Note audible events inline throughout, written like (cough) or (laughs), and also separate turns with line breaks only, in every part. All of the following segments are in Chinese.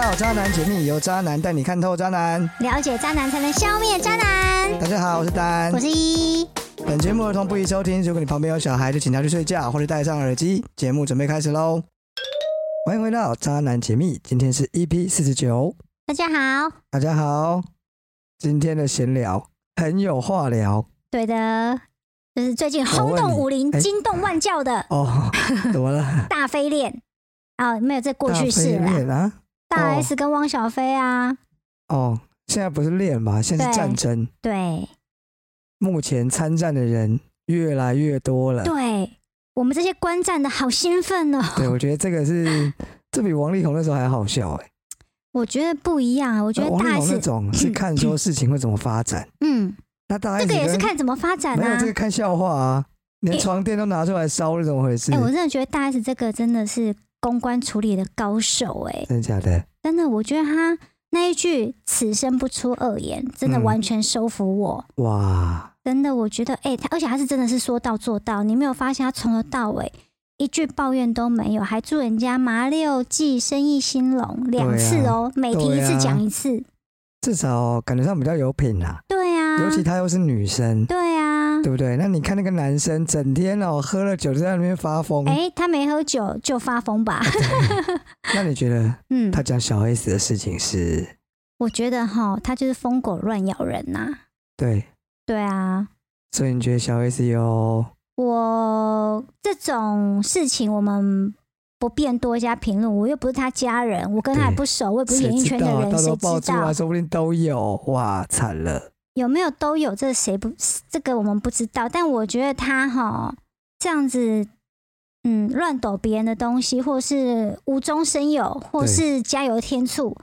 好，渣男解密由渣男带你看透渣男。
了解渣男才能消灭渣男。
大家好，我是丹
我。是一，
本节目儿童不宜收听，如果你旁边有小孩，就请他去睡觉或者戴上耳机。节目准备开始喽！欢迎回到渣男解密，今天是 EP 四十九。
大家好。
大家好，今天的闲聊很有话聊
对的，就是最近轰动武林、
我问你哎
惊动万教的 (laughs)
哦。怎么了？
大飞恋啊、没有这过去式
大飞
啦。
恋啊？
大
哦
S 跟汪小菲啊，
哦，现在不是恋嘛，现在是
对
战争。
对
目前参战的人越来越多了。
对，我们这些观战的好兴奋哦。
对，我觉得这个是，这比王力宏那时候还好笑哎、
我觉得不一样啊，我觉得
哦王
大
力宏那
S，
种是看说事情会怎么发展，
嗯，
那大 S
这个也是
跟
看怎么发展
没有
啊
这。个看笑话啊，连床垫都拿出来烧是怎么回事
哎、？我真的觉得大 S 这个真的是公关处理的高手哎、
真的假的？
真的，我觉得他那一句“此生不出恶言”真的
嗯
完全收服我。
哇，
真的，我觉得，哎、他而且他是真的是说到做到，你没有发现他从头到尾一句抱怨都没有，还祝人家麻六记生意兴隆两次哦，每提一次
啊对啊
讲一次，
至少感觉上比较有品啦、
对啊，
尤其她又是女生，
对啊，
对不对？那你看那个男生整天哦喝了酒就在那边发疯，
哎、他没喝酒就发疯吧？
那你觉得
嗯，
他讲小 S 的事情是
我觉得哈，他就是疯狗乱咬人呐、
对？
对啊，
所以你觉得小 S 有
我这种事情我们不便多加评论，我又不是他家人，我跟他也
对
不熟，我也不是
谁
演艺
知
圈的
道啊？
人，
到时
谁
候爆
知
出
道
来，？说不定都有哇，惨了！
有没有都有，这谁不这个我们不知道，但我觉得他哈这样子，嗯，乱抖别人的东西，或是无中生有，或
对
是加油添醋，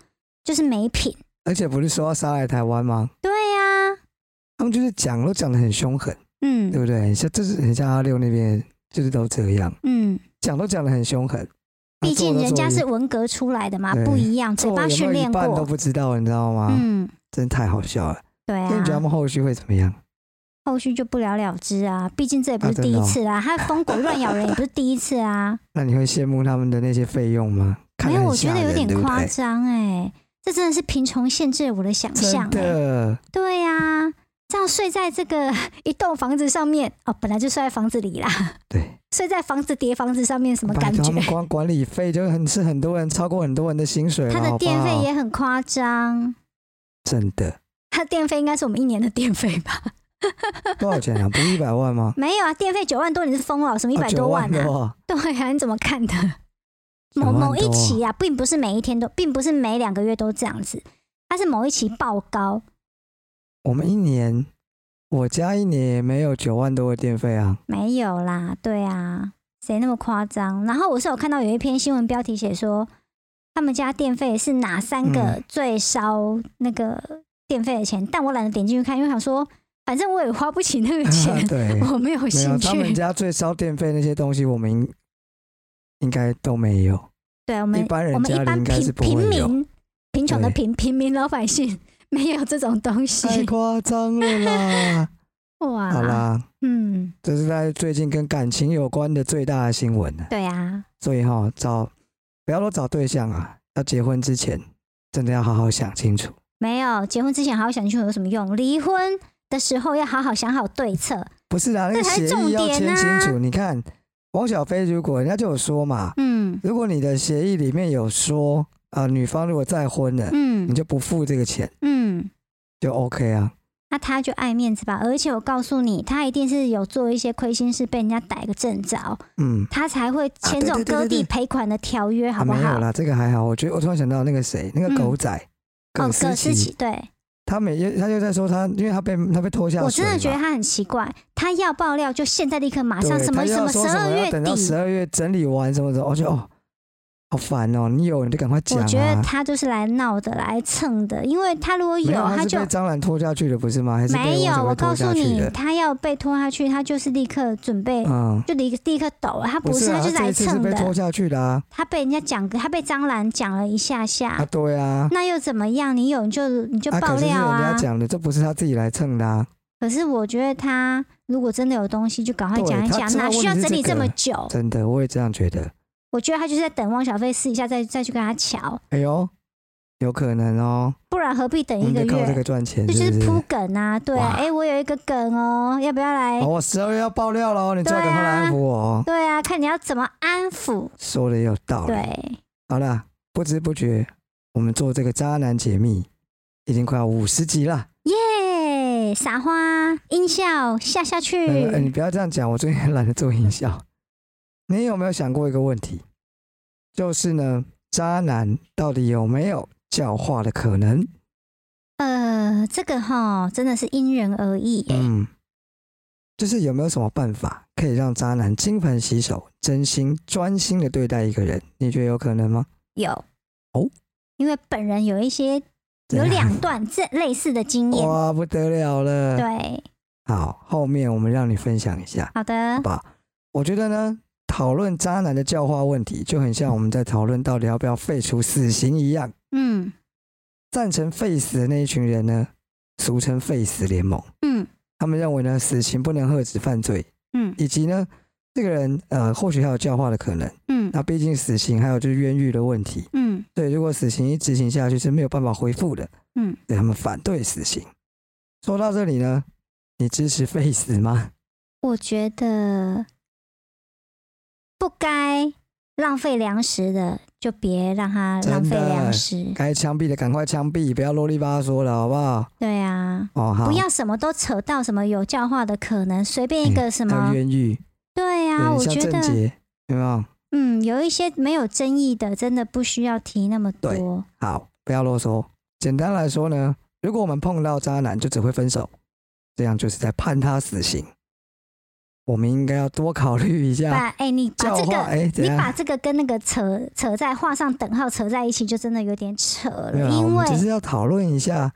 就是没品。
而且不是说要杀来台湾吗？
对呀、
他们就是讲都讲的很凶狠，
嗯
对不对？像这是很像阿六那边就是都这样，
嗯，
讲都讲的很凶狠。啊
毕
做
竟
都
人
做
家
一
是文革出来的嘛，
对
不一样，嘴
做
巴
有
训
没有
练
一半都
过，
不知道，你知道吗？
嗯，
真太好笑了。
对
那你觉得他
啊，
们后续会怎么样？
后续就不了了之啊，毕竟这也不
啊
是
真
第一
的哦
次啦，他疯狗乱咬人也不是第一次啊。
那你会羡慕他们的那些费用吗？ (laughs) 看
没有，
很
我觉
吓
得有
人对
点
不
夸
对？
张哎，这真的是贫穷限制了我的想象
真
哎。
的，
对呀、这样睡在这个 (laughs) 一栋房子上面哦，本来就睡在房子里啦， (laughs)
对，
睡在房子叠房子上面什么
拜
感
托他
觉
们？光管理费就很是很多人超过很多人的薪水了，
他的
好不
电费
好
也很夸张，
真的
他电费应该是我们一年的电费吧？？
多少钱啊？不一百万吗
没有啊，电费九万多，你是疯了？ (laughs) 什么一百多万
的
啊？
哦，
对啊，你怎么看的？
9
某
万
某一
多
期啊，并不是每一天都，并不是每两个月都这样子，它是某一期爆高，
我们一年，我家一年也没有九万多的电费啊。
没有啦，对啊，谁那么夸张？然后我是有看到有一篇新闻标题写说，他们家电费是哪三个
嗯
最烧那个电费的钱，但我懒得点进去看，因为想说，反正我也花不起
(laughs)
那个钱，
对，
我没有
没有
兴
他们
趣。
家最烧电费那些东西，我们应应该都没
(laughs)
有。
对我
一
们，
般人
我们
家
一
里
般
应该是
平
不会
平
有，
民、贫穷的
对
平平民老百姓 (laughs) 没有这种东
太
西。
夸张了啦！
(laughs)
好
哇，
啦，
嗯，
这是在最近跟感情有关的最大的新闻了。
对啊，
所以哈、找不要说找对象啊，要结婚之前真的要好好想清楚。
没有结婚之前好好想清楚有什么用，离婚的时候要好好想好对策。
不是啦，那个
这才
协
是重
议要
点
签清
啊
楚。你看王小飞，如果人家就有说嘛，
嗯
如果你的协议里面有说，啊，女方如果再婚了，你
嗯
就不付这个钱，
嗯。
就 OK 啊。
那他就爱面子吧。而且我告诉你，他一定是有做一些亏心事，被人家逮个正着，
嗯，
他才会签
啊对
这种
对对
割
对
地
对
赔款的条约，好
啊，
不
没
好？哦
有啦，这个还好。我觉得我突然想到那个谁，那
嗯
个狗仔
哦
葛，
葛
思
思
琪，
琪，对
他每又他又在说他，因为他被他被拖下水嘛，
我真的觉得他很奇怪，他要爆料就现在立刻马上，
对
什么
他又
什
要
么
说
十二
要
月
等到十
底。
二月整理完什么的，我就哦，好烦哦，你有你就赶快讲
我觉得
啊。
他就是来闹的，来蹭的，因为他如果
没有，
他
是
就
被张兰拖下去的，不是吗？还是被
没有。我
汪小菲
告
拖
诉
下去
你，
的？
他要被拖下去，他就是立刻准备，
嗯，
就立立刻抖了。他不
不
是，
啊，
他就是
这
来
一次是
蹭
被拖
的。
下去的啊。
他被人家讲，他被张兰讲了一下下，
啊，对啊，
那又怎么样？你有你就你嗯就
啊，
爆
可是是
料
人
啊
家。讲的，这不是他自己来蹭的啊。
可是我觉得他如果真的有东西，就赶快
对
讲一
他
讲，
知道
哪
问
需
题
要
是
整理
这
这么
个
久？
真的，我也这样觉得。
我觉得他就是在等汪小菲试一下，再再去跟他瞧。
哎呦，有可能哦，
不然何必等
我
一
们
个
得靠这
月？
个赚钱，
这就是是
不
铺
是？
梗啊，对啊，
哇
哎、我有一个梗哦，要不要来？
好，我十二月要爆料哦喽，你最好赶快来安抚我哦。
对啊，看你要怎么安抚。
说的也有道理。
对，
好了，不知不觉我们做这个渣男解密已经快要五十集了。
耶、哎撒花音效下下去，
没有呃你不要这样讲，我最近也懒得做营销。你有没有想过一个问题？就是呢，渣男到底有没有教化的可能？
呃，这个哈真的是因人而异耶、
嗯，就是有没有什么办法可以让渣男金盆洗手，真心专心的对待一个人？你觉得有可能吗？
有
哦，
因为本人有一些有
怎样
两段这类似的经验，
哇，不得了了！
对，
好，后面我们让你分享一下。
好的
好，吧？我觉得呢，讨论渣男的教化问题，就很像我们在讨论到底要不要废除死刑一样。
嗯
赞成废死的那一群人呢，俗称废死联盟，
嗯
他们认为呢，死刑不能遏止犯罪，
嗯
以及呢，这个人呃，或许还有教化的可能。
嗯
那毕竟死刑还有就是冤狱的问题，
嗯
所以如果死刑一执行下去是没有办法恢复的，
嗯，
所以他们反对死刑。说到这里呢，你支持废死吗？
我觉得不该浪费粮食的，就别让它浪
真
费
的
粮食。
该枪毙的赶快枪毙，不要啰里吧嗦了，好不好？
对啊，
哦，好，
不要什么都扯到什么有教化的可能，随便一个什
还
么
有。冤狱，
对啊，
对
我
像
觉
郑
得
洁有没有？
嗯，有一些没有争议的，真的不需要提那么
对
多。
好，不要啰嗦。简单来说呢，如果我们碰到渣男，就只会分手，这样就是在判他死刑。我们应该要多考虑一
把
下
哎、你把
啊教
这
化，
个。
哎，怎
你把
样？
这个跟那个扯扯在画上等号，扯在一起就真的有点扯
没有
了，
啊啦，我
因
们只是
为
要讨论一下，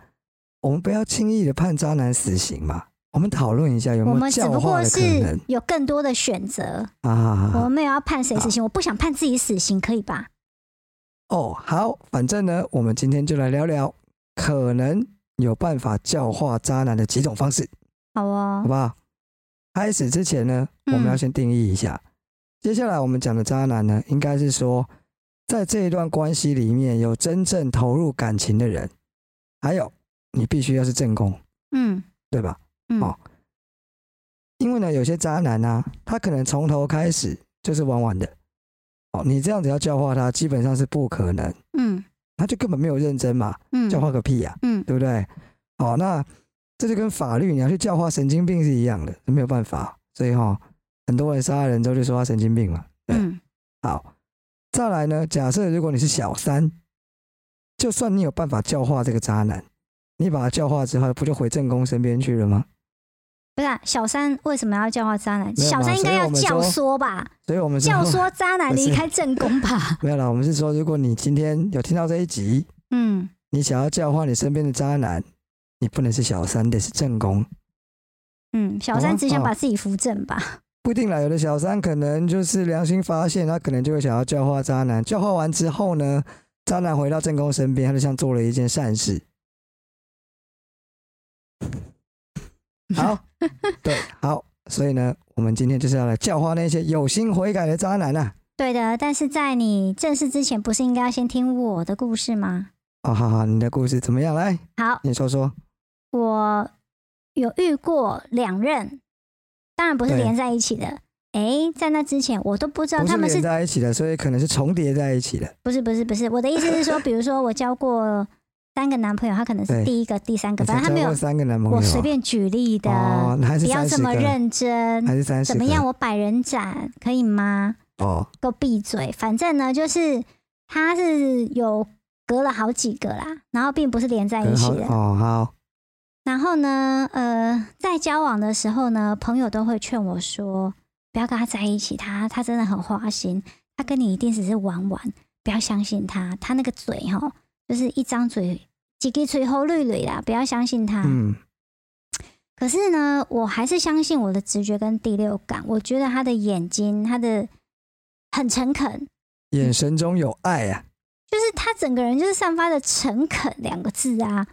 我们不要轻易的判渣男死刑嘛。我们讨论一下有
我
没
们
有
只
教
不
化
过
的可
是
能
有更多的选择，
啊好好
我
好
们没有要判谁死刑，我不想判自己死刑，可以吧？
哦，好，反正呢，我们今天就来聊聊可能有办法教化渣男的几种方式。
好
好
哦，
不好？开始之前呢，我们要
嗯
先定义一下。接下来我们讲的渣男呢，应该是说，在这一段关系里面有真正投入感情的人，还有你必须要是正宫，
嗯
对吧？
嗯，
好因为呢，有些渣男啊，他可能从头开始就是玩玩的，哦，你这样子要教化他，基本上是不可能，
嗯
他就根本没有认真嘛，
嗯
教化个屁呀、啊
嗯
对不对？好，那这就跟法律你要去教化神经病是一样的，没有办法。所以哈、很多人杀人之后就说他神经病嘛。对
嗯
好，再来呢，假设如果你是小三，就算你有办法教化这个渣男，你把他教化之后，不就回正宫身边去了吗？
不是啊小三为什么要教化渣男？
没有嘛
小三应该要教唆吧，
所以我们是
教唆渣男
不是？
离开正宫吧 (laughs)
没有啦，我们是说，如果你今天有听到这一集，
嗯，
你想要教化你身边的渣男，你不能是小三，得是正宫。
嗯，小三只想
哦
把自己扶正吧。
不一定啦，有的小三可能就是良心发现，他可能就会想要教化渣男。教化完之后呢，渣男回到正宫身边，他就像做了一件善事。 (laughs)
(laughs)
好，对，好，所以呢，我们今天就是要来教化那些有心悔改的渣男啊。
(laughs) 对的，但是在你正式之前，不是应该要先听我的故事吗？
哦，好好，你的故事怎么样？来，
好，
你说说。
我有遇过两任，当然不是
对
连在一起的。诶，在那之前我都不知道
不
啊他
是
们
连
是
在一起的，所以可能是重叠在一起的。
不是不是不是，我的意思是说，比如说我交过三个男朋友，他可能
对
是第一个、第三个，
你
反
才
正他
交
没有
过，三个男朋友啊，
我随便举例的，
哦，那还是
不要
三十个，
这么认真，
还是三十
怎么样？？我百人斩可以吗？
哦，
给我闭嘴！反正呢，就是他是有隔了好几个啦，然后并不是连在一
很
起
好
的。啊
哦，好。
然后呢，呃，在交往的时候呢，朋友都会劝我说，不要跟他在一起，他他真的很花心，他跟你一定只是玩玩，不要相信他，他那个嘴哈，就是一张嘴，几滴嘴后绿绿啦，不要相信他。
嗯，
可是呢，我还是相信我的直觉跟第六感，我觉得他的眼睛，他的很诚恳，
眼神中有爱啊。
就是他整个人就是散发着诚恳两个字啊，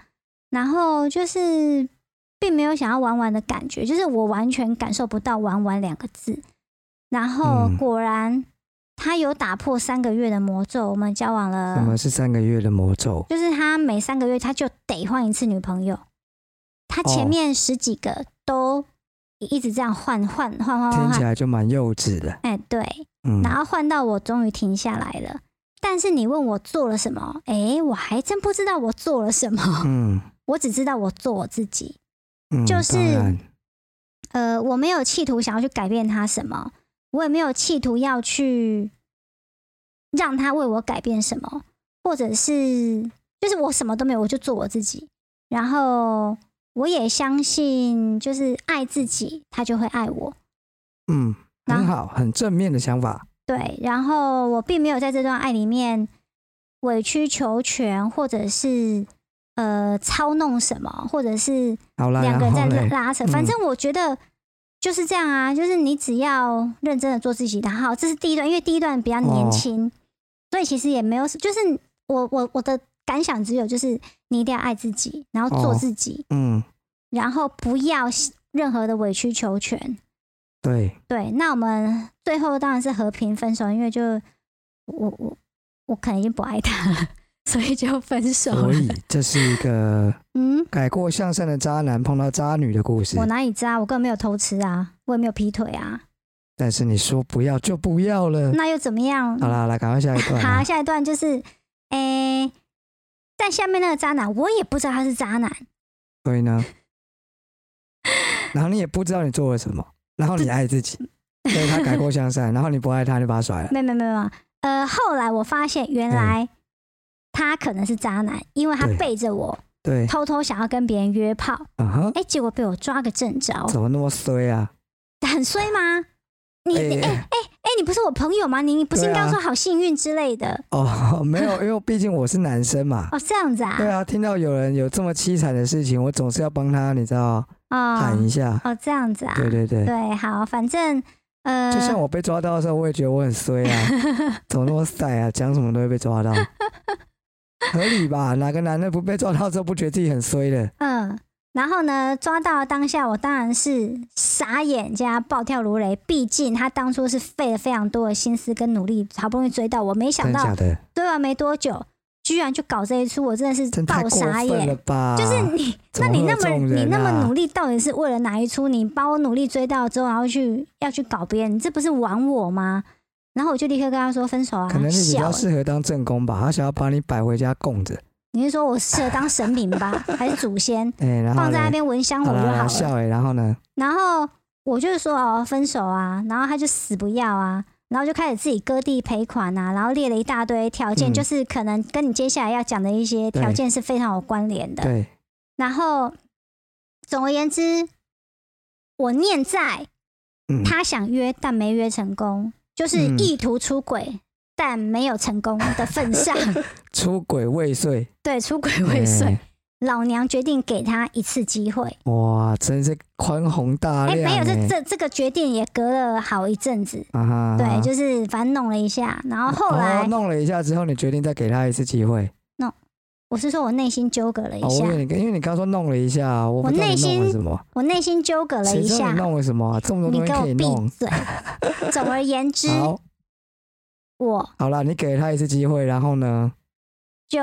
然后就是并没有想要玩玩的感觉，就是我完全感受不到玩玩两个字。然后
嗯
果然他有打破三个月的魔咒，我们交往
什
了，
么是三个月的魔咒？
就是他每三个月他就得换一次女朋友，他前
哦
面十几个都一直这样换换换换换
听起
换，
来就蛮幼稚的。
哎，对，
嗯，
然后换到我终于停下来了。但是你问我做了什么，哎，我还真不知道我做了什么，
嗯
我只知道我做我自己。
嗯，
就是
当然
呃，我没有企图想要去改变他什么，我也没有企图要去让他为我改变什么，或者是就是我什么都没有，我就做我自己。然后我也相信，就是爱自己，他就会爱我。
嗯，
然
很
后
好，很正面的想法。
对，然后我并没有在这段爱里面委曲求全，或者是呃操弄什么，或者是
好啦，
两个人在
然后嘞
拉拉扯。反
嗯
正我觉得就是这样啊，就是你只要认真的做自己的好，这是第一段，因为第一段比较
哦
年轻，所以其实也没有什，就是我我我的感想只有就是你一定要爱自己，然后做
哦
自己，
嗯，
然后不要任何的委曲求全。 (laughs)
对，
对，那我们最后当然是和平分手，因为就我我我可能已经不爱他了， (laughs) 所以就分手
所
了。
以这是一个
嗯，
改过向善的渣男碰到渣女的故事
我。哪里知道？我根本没有偷吃啊，我也没有劈腿啊。
但是你说不要就不要了。
那又怎么样？
嗯好啦，来赶快下一段啊
好
啦。
下一段就是，诶、在下面那个渣男，我也不知道他是渣男，
所以呢，然后你也不知道你做了什么，然后你爱自己，所以他改过向善，然后你不爱他，你把他甩了。
(laughs) 没有没有没有没有，呃，后来我发现原来他可能是渣男，因为他
嗯对
背着我
对，
偷偷想要跟别人约炮，
啊哈，
哎、结果被我抓个正着，
怎么那么衰啊？
很衰吗？ (laughs) 你哎哎、
哎哎
你不是我朋友吗？你你不是应
对
该
啊
说好幸运之类的、
哦，没有，因为毕竟我是男生嘛。
(laughs) 哦？这样子啊？
对啊，听到有人有这么凄惨的事情，我总是要帮他，你知道，啊喊一
哦
下。
哦，这样子啊？
对对对，
对好，反正呃，
就像我被抓到的时候，我也觉得我很衰啊，
(laughs)
怎么那么晒啊，讲什么都会被抓到，合理吧？哪个男的不被抓到之后不觉得自己很衰的？
嗯，然后呢，抓到了当下，我当然是傻眼加暴跳如雷。毕竟他当初是费了非常多的心思跟努力，好不容易追到我，没想
真的
到
假的？
追完没多久，居然就搞这一出，我真的是
真太
爆
过分
傻
了
眼。
吧？
就是你，
怎
那
么会
你
有
那
这
么
种人啊
你那么努力，到底是为了哪一出？你把我努力追到之后，然后去要去搞别人，你这不是玩我吗？然后我就立刻跟他说分手啊！
可能你比
笑
较
欸
适合当正宫吧，他想要把你摆回家供着，
你是说我适合当神明
(laughs)
吧，还是祖先？
哎、然后
放在那
嘞
边闻香火
好
就
啦
好了。
笑哎、然后呢？
然后我就说哦分手啊，然后他就死不要啊，然后就开始自己割地赔款啊，然后列了一大堆条件，
嗯
就是可能跟你接下来要讲的一些条件是非常有关联的。
对，
然后总而言之，我念在
嗯，
他想约但没约成功，就是
嗯
意图出轨、但没有成功的
(laughs)
份上，
出轨未遂，
对出轨未遂，
哎
老娘决定给他一次机会。
哇，真是宽宏大
哎、
量、
没
哎，
有，这这这个决定也隔了好一阵子，
啊哈，
对，就是反正弄了一下，然后后
哦
来
弄了一下之后，你决定再给他一次机会。
我是说我内心纠葛了
哦，
一
我
下
以，为你，因为你刚说弄了一下，啊我不知道
我内
你
心
弄了什么，
我内心纠葛了
谁
一
知道
下
你，弄了什么啊、这么多
你
东西
给我
可以
闭
弄。
嘴。总而言之，
好，
我
好了，你给他一次机会，然后呢？
就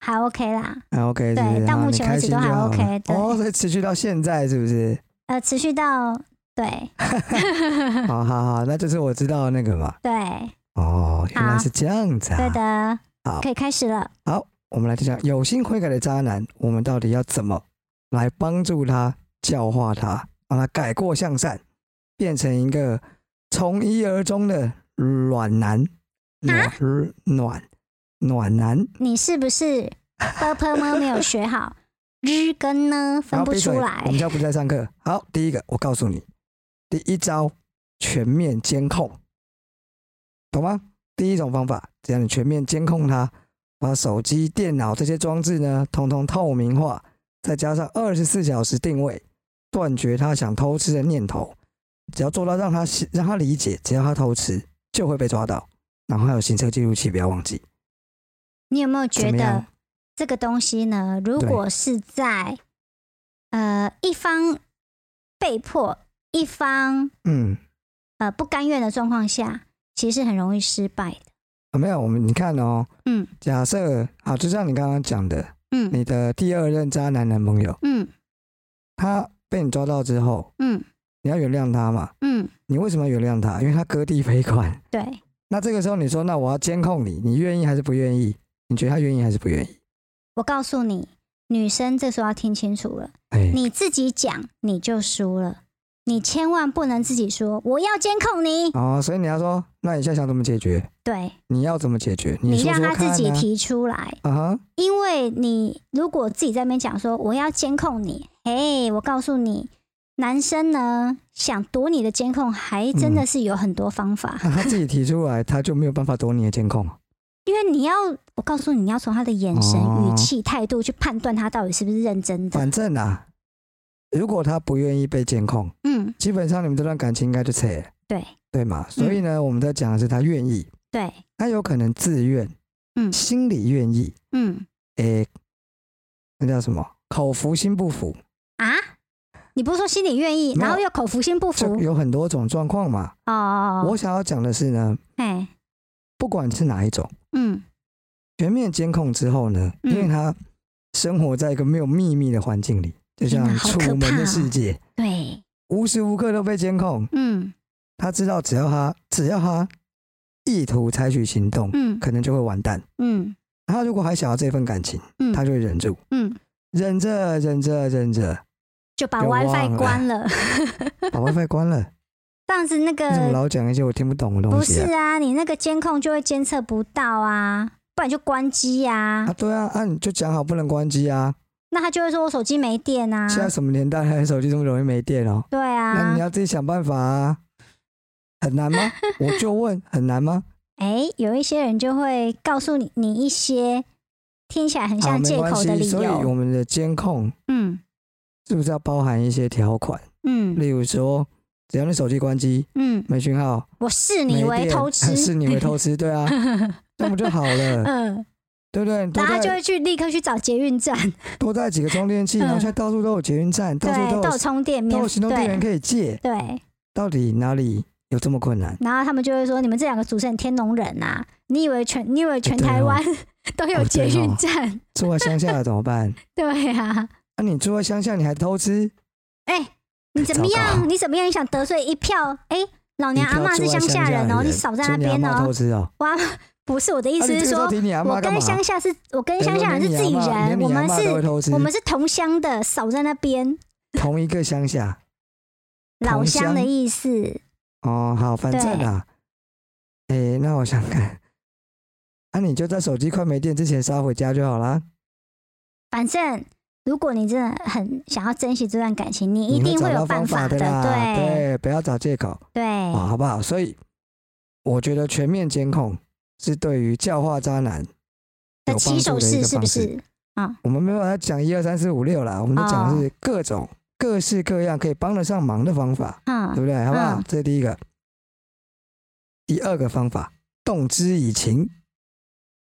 还 OK 啦，
啊，OK，
对
是不是
到
好
目
你
前
开
为止
心
都
就
还
好了
OK，对
哦，所以持续到现在是不是？
(laughs) 呃，持续到对
好好好，那就是我知道的那个嘛。
对
哦，原来
好
是这样子啊。
对的
好，
可以开始了。
我们来听讲有心悔改的渣男，我们到底要怎么来帮助他、教化他，让他改过向善，变成一个从一而终的暖
啊
男、暖暖暖男？
你是不是 p p 么没有
(laughs)
学好日跟呢分
好
不
闭
出
嘴我
来
们？家不在上课。好，第一个，我告诉你，第一招全面监控，懂吗？第一种方法，只要你全面监控它，把手机、电脑这些装置呢，通通透明化，再加上二十四小时定位，断绝他想偷吃的念头。只要做到让他让他理解，只要他偷吃就会被抓到。然后还有行车记录器，不要忘记。
你有没有觉
怎么
得
样
这个东西呢？如果是在呃一方被迫、一方
嗯，
呃不甘愿的状况下，其实很容易失败的。
啊，没有，我们你看哦，
嗯
假设啊，就像你刚刚讲的，
嗯
你的第二任渣男男朋友，
嗯
他被你抓到之后，
嗯
你要原谅他嘛？
嗯，
你为什么要原谅他？因为他割地赔款。
对，
那这个时候你说，那我要监控你，你愿意还是不愿意？你觉得他愿意还是不愿意？
我告诉你，女生这时候要听清楚了，
哎，
你自己讲你就输了，你千万不能自己说我要监控你，
哦，所以你要说，那你现在想怎么解决？
对
你要怎么解决？
你
说
让
说
他
看、啊、
自己提出来，
啊哈，
因为你如果自己在那边讲说我要监控你，嘿，我告诉你。男生呢，想躲你的监控，还真的是有很多方法，
那他自己提出来，他就没有办法躲你的监控。
因为你要，我告诉你，你要从他的眼神、
哦
语气、态度去判断他到底是不是认真的。
反正啊，如果他不愿意被监控，
嗯，
基本上你们这段感情应该就扯了，
对
对嘛？所以呢，我们在讲的是他愿意，
对，
他有可能自愿，
嗯
心里愿意，
嗯
诶、那叫什么？口服心不服，
啊，你不是说心里愿意，
没有
然后又口服心不
就
服
有很多种状况嘛。
哦？
我想要讲的是呢，
哎，
不管是哪一种，
嗯
全面监控之后呢，
嗯
因为他生活在一个没有秘密的环境里，就
天
像
哪好
楚
可
门
怕
的
哦
世界，
对，
无时无刻都被监控。
嗯
他知道只要他只要他意图采取行动，
嗯
可能就会完蛋。
嗯
他如果还想要这份感情，
嗯
他就会忍住，
嗯，
忍着，忍着，忍
(laughs)
着，
就把
就忘了
WiFi 关了， (laughs)
把 WiFi 关了。
这样子那
你怎么
个
老讲一些我听不懂的东
呃不
西啊？
是啊，你那个监控就会监测不到啊，不然就关机
啊，
啊，
对啊，啊，你就讲好不能关机啊！
那他就会说我手机没电啊，
现在什么年代，还有手机这么容易没电哦？
对
那你
啊，
要自己想办法啊！很难吗？我就问，很难
(laughs)
吗？
哎，有一些人就会告诉你你一些听起来很
好，
像
没
借
关
口的
系。
理
所以我
由，
们的监控
嗯
是不是要包含一些条款？
嗯
例如说，只要你手机关机
嗯，
没讯号，
我视
没
你为
电 (laughs)
偷吃，
视你为偷吃，对
(laughs)
啊，那不就好了，
嗯。
对不对？多
然后他就
带
会去立刻去找捷运站，
多带几个充电器，然后
嗯
现在到处都有捷运站，到
对，
处
都
都
有
有
充电，
都
免
有行动电源
对
可以借，
对。
到底哪里有这么困
(laughs)
难？
然后他们就会说：“你们这两个主持人天龙人啊！你以为全你以为全
对哦
台湾 (laughs) 都有
哦
捷
对
运
哦
站？ (laughs)
住在乡下的怎么办？
对啊，
那你住在乡下，你还偷吃？
哎，你怎
(laughs)
么
糟糕
样？你怎么样？你想得罪一票？哎，老娘
你
阿
不要
嬷
住
是
在
乡
下
下人哦，
你
你少在
所
那
以
边
你阿嬷
哦
偷。吃哦。
哇，不是我的意
啊
思
你
是
这个时候
说，
提你阿
我
嬷干
跟
嘛？
乡下是我跟乡下人是
连
自己
你阿嬷
人，
连你
我
阿
们
嬷都会
是
偷吃
我们是同乡的，少在那边
同一个乡下
老
同
乡的
乡
意思。
哦。好，反正啊，哎，那我想看，那你就在手机快没电之前杀回家就好啦。
反正如果你真的很想要珍惜这段感情，你
你
一定
找
会
到
有
方
办
法
的。
啦，
对
不要找借口啊、
对，
好不好？所以我觉得全面监控是对于教化渣男有
的
帮
起手
助的一
式
个
是不
方式。
是？
我们没有要讲一二三四五六啦，我们就讲的是各种、各式各样可以帮得上忙的方法，对
哦嗯
不对？好不好？
嗯
这是第一个。第二个方法，动之以情，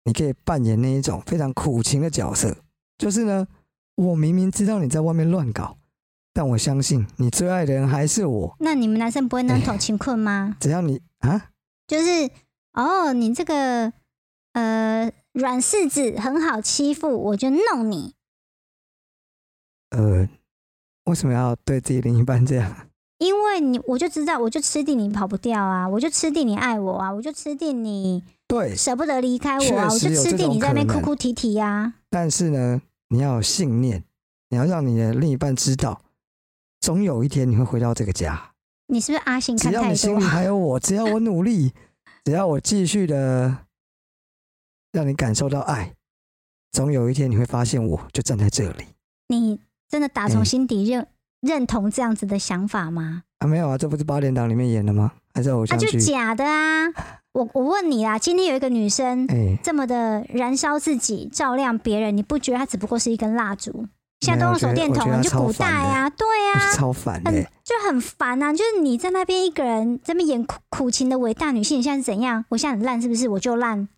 你可以扮演那一种非常苦情的角色，就是呢，我明明知道你在外面乱搞，但我相信你最爱的人还是我。
那你们男生不会男同情困
(laughs)
吗？
只要你啊，
就是哦，你这个呃软柿子很好欺负，我就弄你。
呃，为什么要对自己另一半这样？ (laughs)
因为你，我就知道，我就吃定你跑不掉啊，我就吃定你爱我啊，我就吃定你
对，
舍不得离开我啊，我
确实
就
有
吃
这
定
种
你在那边
可
哭
能
哭啼啼啊呀、
但是呢，你要有信念，你要让你的另一半知道，总有一天你会回到这个家。
你是不是阿信
只
看
要
太
你心里
多？
还有
(laughs)
我，只要我努力，只要我继续的让你感受到爱，总有一天你会发现我就站在这里。
你真的打
哎
从心底认、认同这样子的想法吗？
啊，没有啊，这不是八点档里面演的吗？还是偶
啊，
像
就
剧？
假的啊！我我问你啦，今天有一个女生
哎、
这么的燃烧自己，照亮别人，你不觉得她只不过是一根蜡烛？现
没
在都
有
用手
我觉得
电
我觉得她
筒了，你就
超
古代
烦的
啊，对
我是
啊，
超烦的、
很就很烦啊！就是你在那边一个人在那边演苦苦情的伟大女性，你现在是怎样？我现在很烂是不是？我就烂，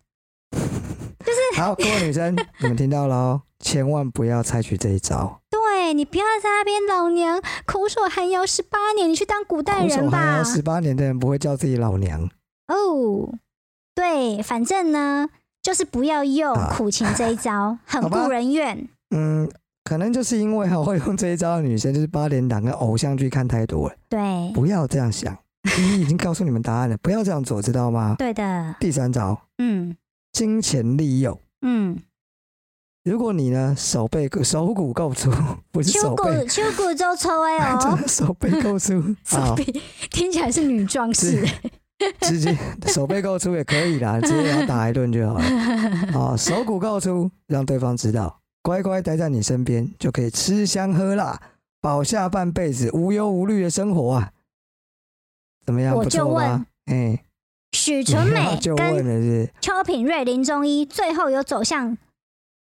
好，各位女生，你们听到了哦，千万不要采取这一招。
对你不要在那边老娘苦守寒窑十八年，你去当古代
苦守寒
人吧
窑。十八年的人不会叫自己老娘，
哦，对，反正呢，就是不要用
啊
苦情这一
(laughs)
招，很
好吧
顾人怨。
嗯，可能就是因为哈会用这一招的女生，就是八点档跟偶像剧看太多了。
对，
不要这样想，第一已经告诉你们答案了， (laughs) 不要这样做，知道吗？
对的，
第三招，
嗯
金钱利诱。
嗯，
如果你呢手背手骨够粗，不是
秋
手
骨
背，
秋骨周抽哎
(laughs) 真
哦， (laughs)
的手背够粗
手
啊，
臂听起来是女壮士。
直接手背够粗也可以
(laughs)
啦，直接给他打一顿就好了。啊，手骨够粗，让对方知道，乖乖待在你身边，就可以吃香喝辣，保下半辈子无忧无虑的生活啊。怎么样？
我
不
就
错吧？哎，
许纯
(laughs)
美
就
跟
问了是
邱品瑞、林中医最后有走向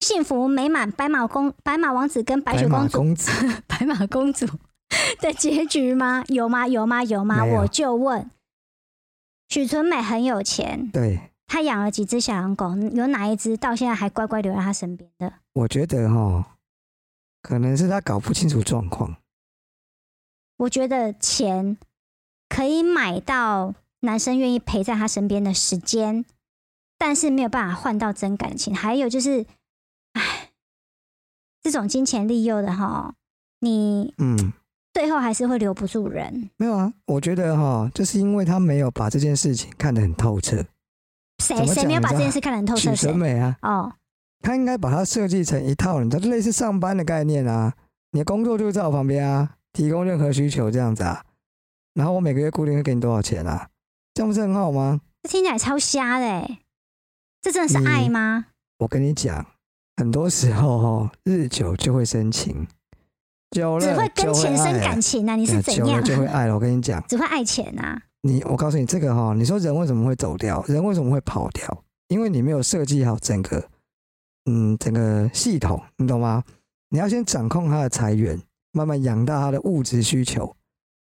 幸福美满，白马公、白马王子跟白雪
马
公主、
公子，
白马公主 (laughs) 的结局吗？有吗？有吗？有吗？
没有
我就问，许纯美很有钱，
对。
她养了几只小狼狗，有哪一只到现在还乖乖留在她身边的？
我觉得哈，可能是他搞不清楚状况，
我觉得钱可以买到男生愿意陪在她身边的时间，但是没有办法换到真感情。还有就是，唉，这种金钱利诱的哈，你
嗯，
最后还是会留不住人。
没有啊。我觉得哈，就是因为他没有把这件事情看得很透彻。
谁
怎么
谁
讲啊
没有
你
把
知
这
道
件事看得很透彻？
许
谁
纯美啊，
哦，
他应该把它设计成一套，你知道，类似上班的概念啊。你的工作就是在我旁边啊，提供任何需求这样子啊。然后我每个月固定会给你多少钱啊？这样不是很好吗？
这听起来超瞎的欸这真的是
你
爱吗？
我跟你讲，很多时候哦，日久就会生情，久了
只会跟
就
钱
爱
生
了
感情啊？你是
对
怎
久
样
了？就会爱了。我跟你讲。
只会爱钱啊？
你我告诉你，这个哈、你说人为什么会走掉？人为什么会跑掉？因为你没有设计好整个，嗯，整个系统，你懂吗？你要先掌控他的财源，慢慢养大他的物质需求。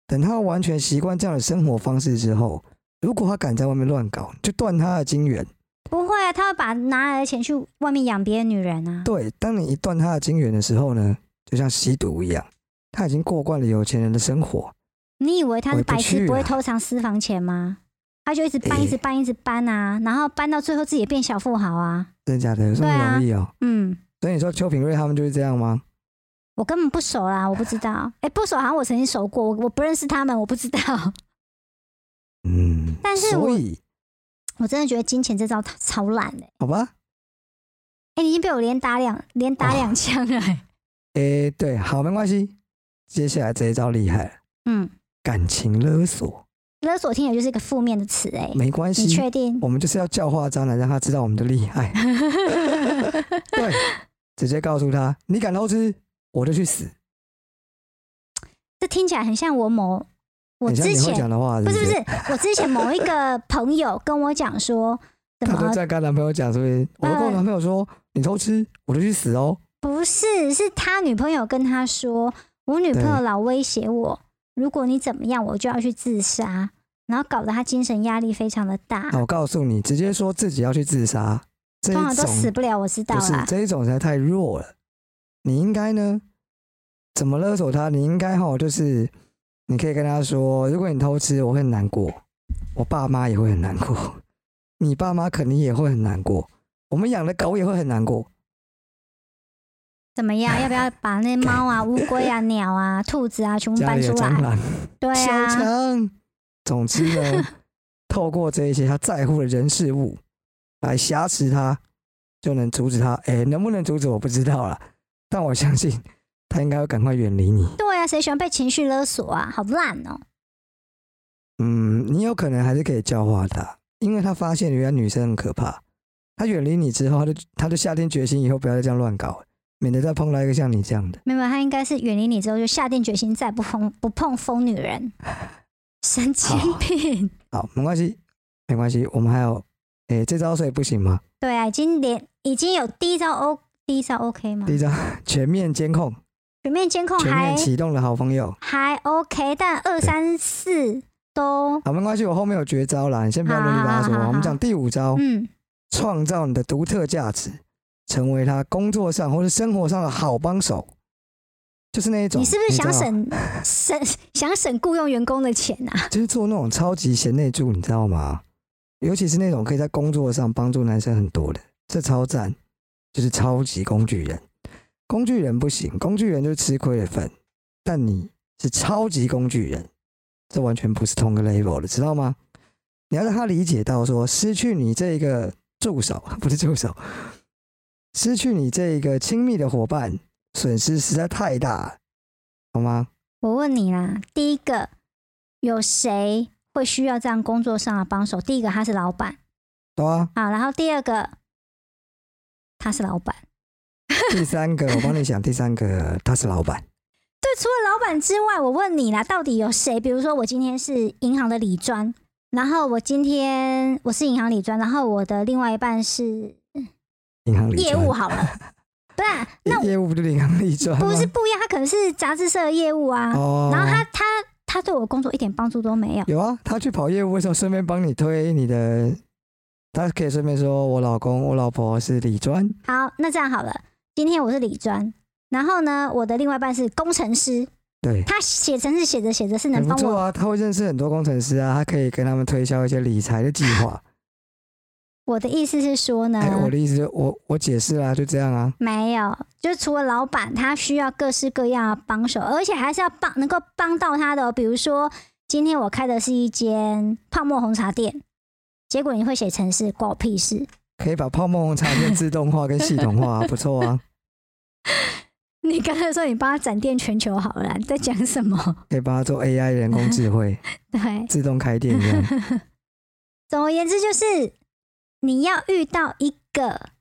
等他完全习惯这样的生活方式之后，如果他敢在外面乱搞，就断他的金源。
不会啊，他会把拿来的钱去外面养别的女人啊。
对，当你一断他的金源的时候呢，就像吸毒一样，他已经过惯了有钱人的生活。
你以为他是白痴，
回不去啊
不会偷藏私房钱吗？他就一直搬，
诶
一直搬，一直搬啊，然后搬到最后自己也变小富豪啊。
真的假的？有这么容易哦、
嗯，
所以你说邱品瑞他们就是这样吗？
我根本不熟啦，我不知道。哎、不熟，好像我曾经熟过，我我不认识他们，我不知道。 (laughs)
嗯，
但是我
所以
我真的觉得金钱这招超烂的、
好吧，
哎、你已经被我连打两连打两枪了、诶
诶、对，好，没关系。接下来这一招厉害了，
(laughs) 嗯，
感情勒索，
勒索听起来就是一个负面的词哎、
没关
你
系，
确定？
我们就是要教化渣男，让他知道我们的厉
(laughs)
害。对，直接告诉他，你敢偷吃，我就去死。
这听起来很像我某我
很像
之
你会
前
讲的话，
不是
是
不是，我之前某一个朋友跟我讲
(laughs)
说，怎
她
么
都在跟她男朋友讲，是不是？我都跟我男朋友说，你偷吃，我就去死哦。
不是，是他女朋友跟他说，我女朋友
对
老威胁我，如果你怎么样，我就要去自杀，然后搞得他精神压力非常的大，
那我告诉你，直接说自己要去自杀，这一
通常都
种
死不了，我知道
不是
啦。
这一种实在太弱了。你应该呢，怎么勒索他？你应该哈，就是你可以跟他说，如果你偷吃，我会很难过，我爸妈也会很难过，你爸妈肯定也会很难过，我们养的狗也会很难过。
怎
(laughs)
么样？要不要把那猫啊、乌龟啊、鸟啊、兔子啊全部
家
搬
里
出
有蟑
来？
螂、
对
小
啊，
强。总之呢，
(laughs)
透过这一些他在乎的人事物来挟持他，就能阻止他。哎、能不能阻止我不知道啦，但我相信他应该会赶快远离你。
对啊，谁喜欢被情绪勒索啊？好烂哦！
嗯，你有可能还是可以教化他，因为他发现原来女生很可怕。他远离你之后，他就他就下定决心，以后不要再这样乱搞，免得再碰到一个像你这样的。
没有，他应该是远离你之后就下定决心再不碰 (laughs) 不碰疯女
(laughs)
人，神经
好
病。
好，没关系，没关系，我们还有，诶、这招所以不行吗？
对啊，已经连已经有第一招 O 第一招 OK 吗
第？一招全面监控，
全面监控
全
哦还
面启动的好朋友。
还 OK，但二三四都
好，没关系，我后面有绝招啦，你先不要
好
啰里吧
好
嗦
好。
我们讲第五招，
嗯
创造你的独特价值，成为他工作上或是生活上的好帮手，就是那一种。
你是不是
知
想
道
省
(laughs)
省想省雇佣员工的钱啊？
就是做那种超级贤内助，你知道吗？尤其是那种可以在工作上帮助男生很多的，这超赞，就是超级工具人。工具人不行，工具人就是吃亏的份，但你是超级工具人，这完全不是同个 level 的，知道吗？你要让他理解到说，失去你这一个助手， (laughs) 不是助手，失去你这一个亲密的伙伴，损失实在太大了，好吗？
我问你啦，第一个有谁会需要这样工作上的帮手？第一个他是老板。
懂啊
啊，然后第二个他是老板。
第三个，我帮你想，第三个他是老板，
对，除了老板之外，我问你啦，到底有谁？比如说我今天是银行的理专，然后我今天我是银行理专，然后我的另外一半是
银行里
业
专哎
务好了，
(laughs)
不然那
业务不就是银行里赚吗？
不是不一样，他可能是杂志社的业务啊。
哦，
然后他他他对我工作一点帮助都没有。
有啊，他去跑业务，为什么顺便帮你推你的？他可以顺便说，我老公、我老婆是理专，
好，那这样好了，今天我是理专，然后呢，我的另外一半是工程师，
对，
他写程式写着写着是能
很不
帮
错
我。
啊。他会认识很多工程师啊，他可以跟他们推销一些理财的计划。
我的意思是说呢，
哎、我的意思就我我解释啦、就这样啊。
没有，就除了老板，他需要各式各样的帮手，而且还是要帮能够帮到他的哦。比如说，今天我开的是一间泡沫红茶店，结果你会写程式，关我屁事。
可以把泡沫红茶变自动化跟系统化、啊，不错
(laughs)
啊。
你刚才说你帮他展店全球好了，你在讲什么？ (laughs)
可以帮他做 AI 人工智慧，
对，
自动开店一样。
总而言之，就是你要遇到一个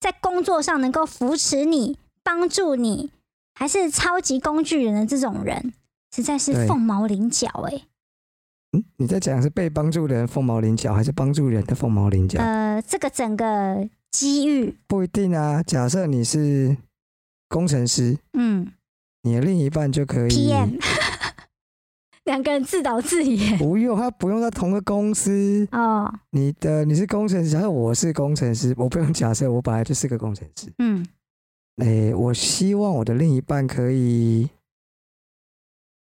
在工作上能够扶持你、帮助你，还是超级工具人的这种人，实在是
对
凤毛麟角哎、
嗯，你在讲是被帮助的人凤毛麟角，还是帮助人的凤毛麟角？
呃，这个整个机遇，
不一定啊。假设你是工程师，
嗯
你的另一半就可以
，PM，两个人自导自演
不用，他不用在同个公司。
哦，
你的你是工程师，假设我是工程师，我不用假设我本来就是个工程师。
嗯，
诶、我希望我的另一半可以，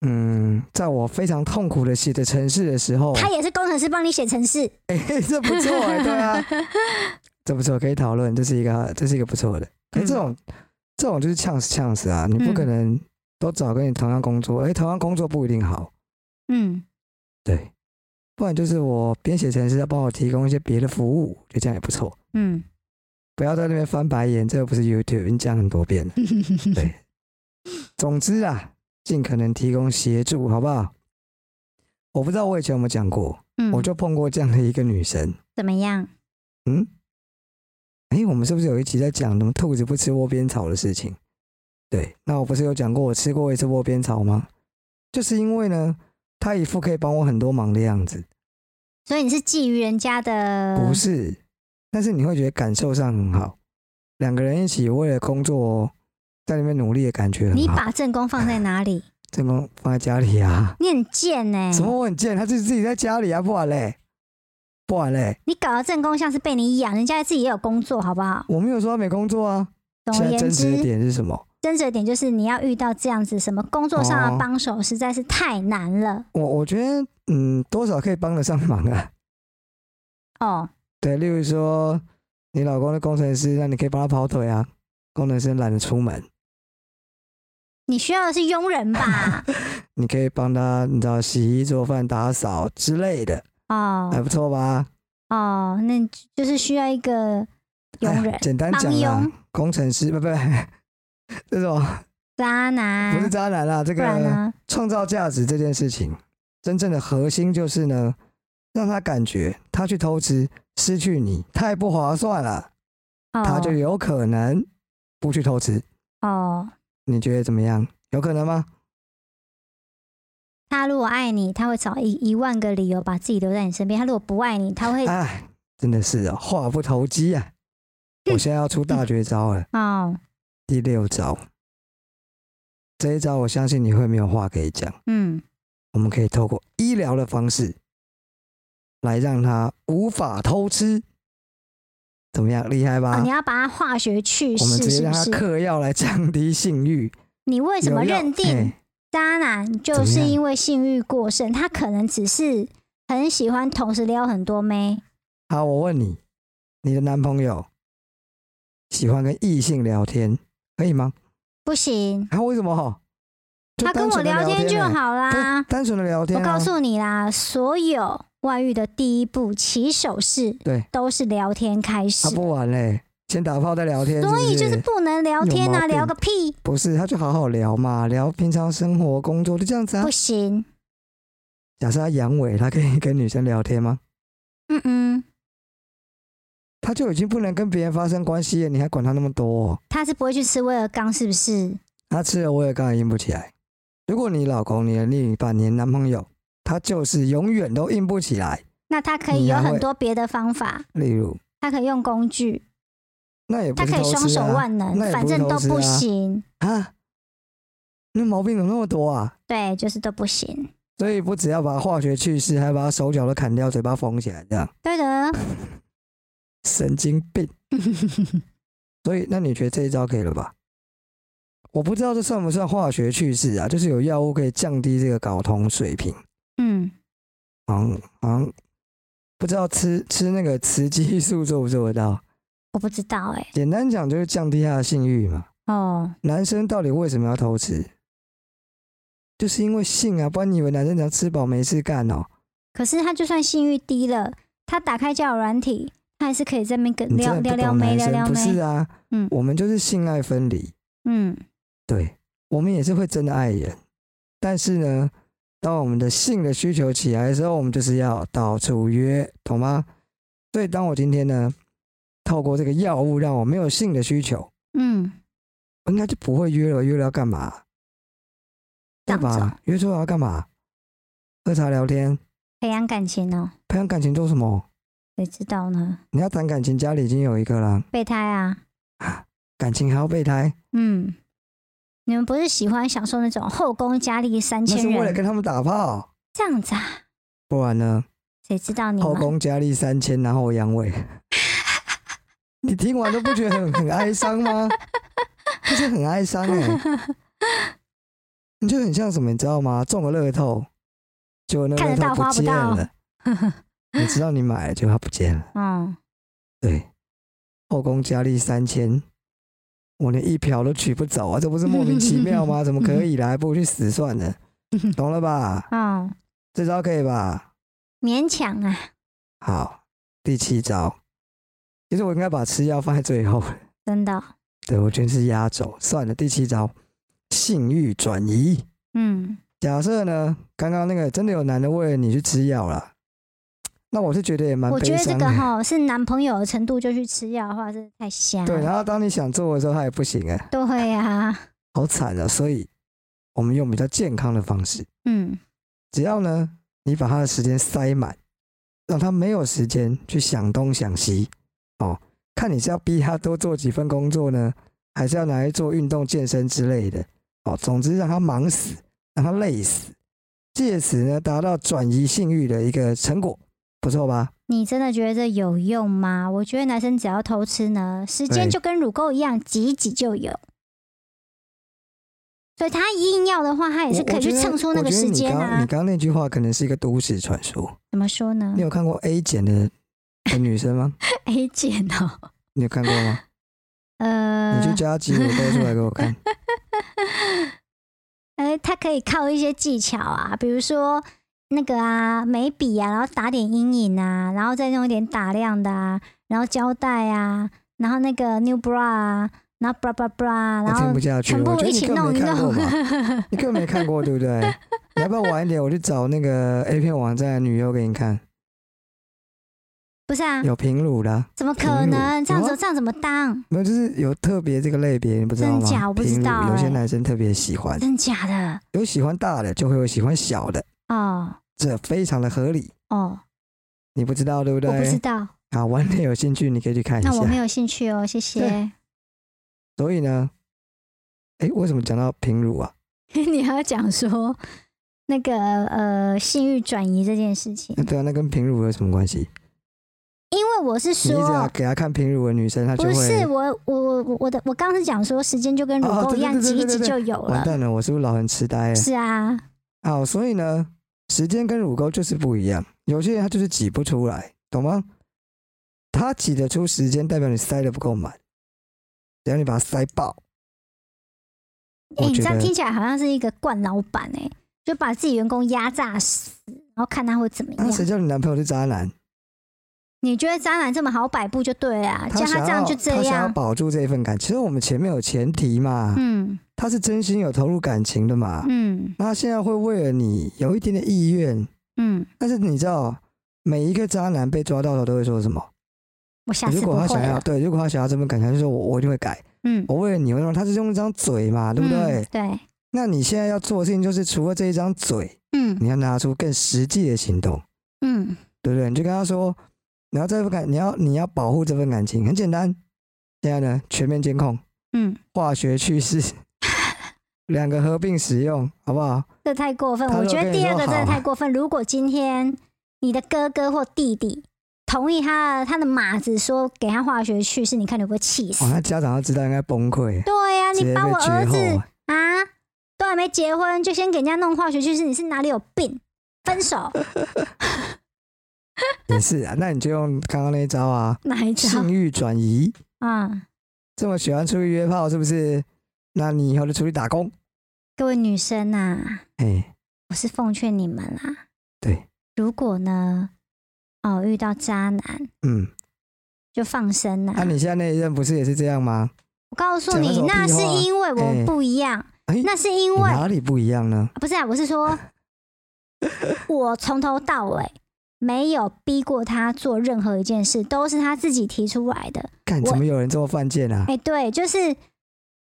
嗯，在我非常痛苦的写的城市的时候，
他也是工程师，帮你写程式，
(laughs) 嘿这不错、欸，对
(laughs)
啊，这不错，可以讨论，这是一个这是一个不错的。可是这种、这种就是呛死呛死啊，你不可
嗯
能都找跟你同样工作，诶、哎同样工作不一定好。
嗯，
对，不然就是我编写程式要帮我提供一些别的服务，就这样也不错。 (laughs)
嗯，
不要在那边翻白眼，这又不是 YouTube，已经讲很多遍
嗯
了。对，总之啊，尽可能提供协助，好不好？我不知道我以前有没有讲过，
嗯，
我就碰过这样的一个女生。
怎么样？
嗯，哎、我们是不是有一集在讲什么兔子不吃窝边草的事情？对，那我不是有讲过我吃过一次窝边草吗？就是因为呢，她一副可以帮我很多忙的样子，
所以你是觊觎人家的？
不是，但是你会觉得感受上很好，两个人一起为了工作在那边努力的感觉很
你
好。
把正宫放在
(laughs)
哪里？
正宫放在家里啊，
你很贱欸呢、
什么我很贱，他就是自己在家里啊，不然嘞，不然嘞，
你搞得正宫像是被你养，人家自己也有工作，好不好？
我没有说他没工作啊。
总而
现在
言
真实的
之，
点是什么？
真实的点就是你要遇到这样子什么工作上
哦
的帮手，实在是太难了
我我觉得，嗯，多少可以帮得上忙啊。
哦。
对，例如说你老公是工程师，那你可以帮他跑腿啊。工程师懒得出门，
你需要的是佣
(laughs)
人吧？
你可以帮他，你知道洗衣、做饭、打扫之类的，还
哦
不错吧？
哦，那就是需要一个佣
哎
人，
简单
帮
讲啊
佣，
工程师不不，这种
渣
不是
男，
渣男啦，这
不然
个
呢？
创造价值这件事情，真正的核心就是呢，让他感觉他去偷吃，失去你太不划算了，
哦
他就有可能不去偷吃。
哦，
你觉得怎么样？有可能吗？
他如果爱你，他会找一一万个理由把自己留在你身边；他如果不爱你，他会
哎，真的是哦，话不投机啊！
嗯
我现在要出大绝招了，
哦，
第六招。这一招我相信你会没有话可以讲。
嗯，
我们可以透过医疗的方式，来让他无法偷吃，怎么样？厉害吧？
哦，你要把它化学去
啊我们直
世，
接
是
让
不
他
是？
嗑药来降低性欲。
你为什么
有药
认定
哎
渣男就
怎么
是
样
因为性欲过剩？他可能只是很喜欢同时撩很多妹，
好，我问你，你的男朋友喜欢跟异性聊天，可以吗？
不行，
啊，为什么哈？就
他跟我
单纯地
聊
聊
天就
欸，
好
不
啦
是。单纯的聊天、啊
我告，诉你啦，所有外遇的第一步起手式，
对，
都是聊天开始
他，不玩嘞、先打炮再聊天，
所以
是
就
不
是不能
有
聊天
毛
啊，
病
聊个屁，
不是，他就好好聊嘛，聊平常生活、工作，就这样子啊
不。行，
假设他阳痿，他可以跟女生聊天吗？
嗯嗯，
他就已经不能跟别人发生关系了，你还管他那么多、哦？
他是不会去吃威尔刚，是不是？
他吃了我也刚才硬不起来。如果你老公、你的另一半、你的男朋友，他就是永远都硬不起来，
那他可以
你
有
还会
很多别的方法，
例如
他可以用工具，
那也不
他
是
可以
偷
双
吃
手
啊
万能
那，也
反
不是
正都
偷吃
不
啊
行。
啊，那毛病怎么那么多啊？
对，就是都不行。
所以不只要把化学去世，还把他手脚都砍掉，嘴巴缝起来，这样
对的，
嗯神经病。所以那你觉得这一招可以了吧？我不知道这算不算化学去世啊？就是有药物可以降低这个睾酮水平，
嗯，
好像好像不知道吃吃那个雌激素做不做得到？
我不知道哎、
简单讲就是降低他的性欲嘛。
哦，
男生到底为什么要偷吃？就是因为性啊，不然你以为男生只要吃饱没事干哦？
可是他就算性欲低了，他打开交友软体，他还是可以在那边跟
你
撩
真的
撩
不
撩
懂
妹，
男生
撩撩
不是
妹。
啊？
嗯
我们就是性爱分离，
嗯，
对，我们也是会真的爱人，但是呢，当我们的性的需求起来的时候，我们就是要到处约，懂吗？所以当我今天呢，透过这个药物让我没有性的需求，
嗯，
我应该就不会约了，约了要干嘛？对
这样子哦
吧？约出来要干嘛？喝茶聊天，
培养感情哦，
培养感情做什么？
谁知道呢？
你要谈感情，家里已经有一个了，
备胎啊，
感情还要备胎，
嗯，你们不是喜欢享受那种后宫佳丽三
那
千
是为了
人
跟他们打炮，
这样子啊？
不然呢？
谁知道你
后
们？
宫佳丽三千，然后我阳
(laughs)
痿。你听完都不觉得很很哀伤吗？不是很哀伤
(laughs)
哎、你就很像什么，你知道吗？中了乐透，结果那个
看
乐
得到
透
花不
见
到 (laughs)
了，你知道你买了，结果它不见了。
嗯，
对，后宫佳丽三千，我连一瓢都取不走啊！这不是莫名其妙
(laughs)
吗？怎么可以啦？还不如去死算了，懂了吧？
嗯，
这招可以吧？
勉强啊，
好，第七招，其实我应该把吃药放在最后，
真的，哦
对我觉得是压轴。算了，第七招，性欲转移。
嗯，
假设呢，刚刚那个真的有男的为了你去吃药了，那我是觉得也蛮
我
悲
觉得这
伤
个
的。
哈是男朋友的程度就去吃药的话，真的太瞎
对，啊
了。
然后当你想做的时候，他也不行哎、
对呀、
好惨啊！所以我们用比较健康的方式，
嗯，
只要呢你把他的时间塞满，让他没有时间去想东想西，哦，看你是要逼他多做几份工作呢，还是要拿来做运动健身之类的，哦，总之让他忙死，让他累死，借此呢达到转移性欲的一个成果，不错吧？
你真的觉得这有用吗？我觉得男生只要偷吃呢，时间
对
就跟乳沟一样，挤一挤就有。所以他硬要的话，他也是
我
可
我
以
觉
去
得
蹭出那
我
个
觉得
时
你
间
刚
啊
你。刚刚那句话可能是一个都市传说，
怎么说呢 (laughs)
你有看过 A 减的的女生吗？
？A 姐哦，
你有看过吗？你去
(laughs) 呃，
加几乳沟出来给我看。
呃，他可以靠一些技巧啊，比如说那个啊，眉笔啊，然后打点阴影啊，然后再弄一点打亮的啊，然后胶带啊，然后那个 new bra 啊，然后 bra bra bra，
我
然
听
后
不下去，
全部
我觉得
一
你
起
更
弄
没
一
看过
弄。
吧？ (laughs)
(laughs)
你更没看过，对不对？你要不要晚一点，我去找那个 A 片网站的女优给你看，
不是啊，
有平乳啦，
怎么
平
可
乳
能？这样
有
子
啊
这样怎么当？
没有，就是有特别这个类别，你不知道吗？
真假我不知道
平乳有些
欸
男生特别喜欢，
真假的？
有喜欢大的，就会有喜欢小的，
哦
这非常的合理。
哦，
你不知道对不
我不知
对？
道，
好，晚点有兴趣你可以去看一
那我没
下。
有兴趣哦，谢谢。
所以呢，哎，为什么讲到平乳啊？
(laughs) 你还要讲说那个呃性欲转移这件事情，
那对啊，那跟平乳有什么关系？
因为我是
你一直要
说。
给她看平乳的女生，她就
不是
会
我，我我我的我刚是讲说时间就跟乳
哦
沟
对
一样
对对
挤一
对
挤
对
就有
完
了，
蛋了。我是不是老人痴呆了？
是啊，
好，所以呢，时间跟乳沟就是不一样，有些人他就是挤不出来，懂吗？他挤得出时间，代表你塞的不够满，只要你把它塞爆。
哎、
我
你
觉
这样
得
听起来好像是一个惯老板哎、就把自己员工压榨死，然后看他会怎么样
那。谁叫你男朋友啊是渣
啊
男？
你觉得渣男这么好摆布就对了啊，
他
叫
想
他
要
这样就这
他想要
样。
保住这份感。其实我们前面有前提嘛，
嗯
他是真心有投入感情的嘛。
嗯
那他现在会为了你有一点点意愿，
嗯，
但是你知道，每一个渣男被抓到的都会说什么？
我下次
如
不
果他
会
想要
了。
对，如果他想要这份感情，他就说我我一定会改，
嗯，
我为了你会让他是用一张嘴嘛，对不对？
嗯对，
那你现在要做的事情就是，除了这一张嘴，
嗯
你要拿出更实际的行动，
嗯
对不对？你就跟他说，你要这份感，你要你要保护这份感情，很简单。现在呢，全面监控，
嗯，
化学去世， (laughs) 两个合并使用，好不好？
这太过分。
他
我
就
觉得
跟你
第二
说
个真的
好啊
太过分。如果今天你的哥哥或弟弟同意他的他的马子说给他化学去世，你看你会不会气死
哦哇，？那家长要知道应该崩溃，
对呀、
直
你
接
把
被
我儿
绝
子
后。
啊，都还没结婚就先给人家弄化学去世，你是哪里有病？分手 (laughs)
也是啊，那你就用刚刚那一招啊，
哪一招
性欲转移。
啊？
这么喜欢出去约炮，是不是？那你以后就出去打工。
各位女生啊，
哎、
我是奉劝你们啦。
对，
如果呢，哦遇到渣男
嗯，
就放生啦。
那、你现在那一任不是也是这样吗？
我告诉
讲那
你，
种
那
屁
是
话
因为我
哎
不一样，
哎
那是因
你
为
哪里不一样呢？
不是啊，我
(laughs)
是说，我从头到尾没有逼过他做任何一件事，都是他自己提出来的。
干，
我
怎么有人这么犯贱啊？
哎、对，就是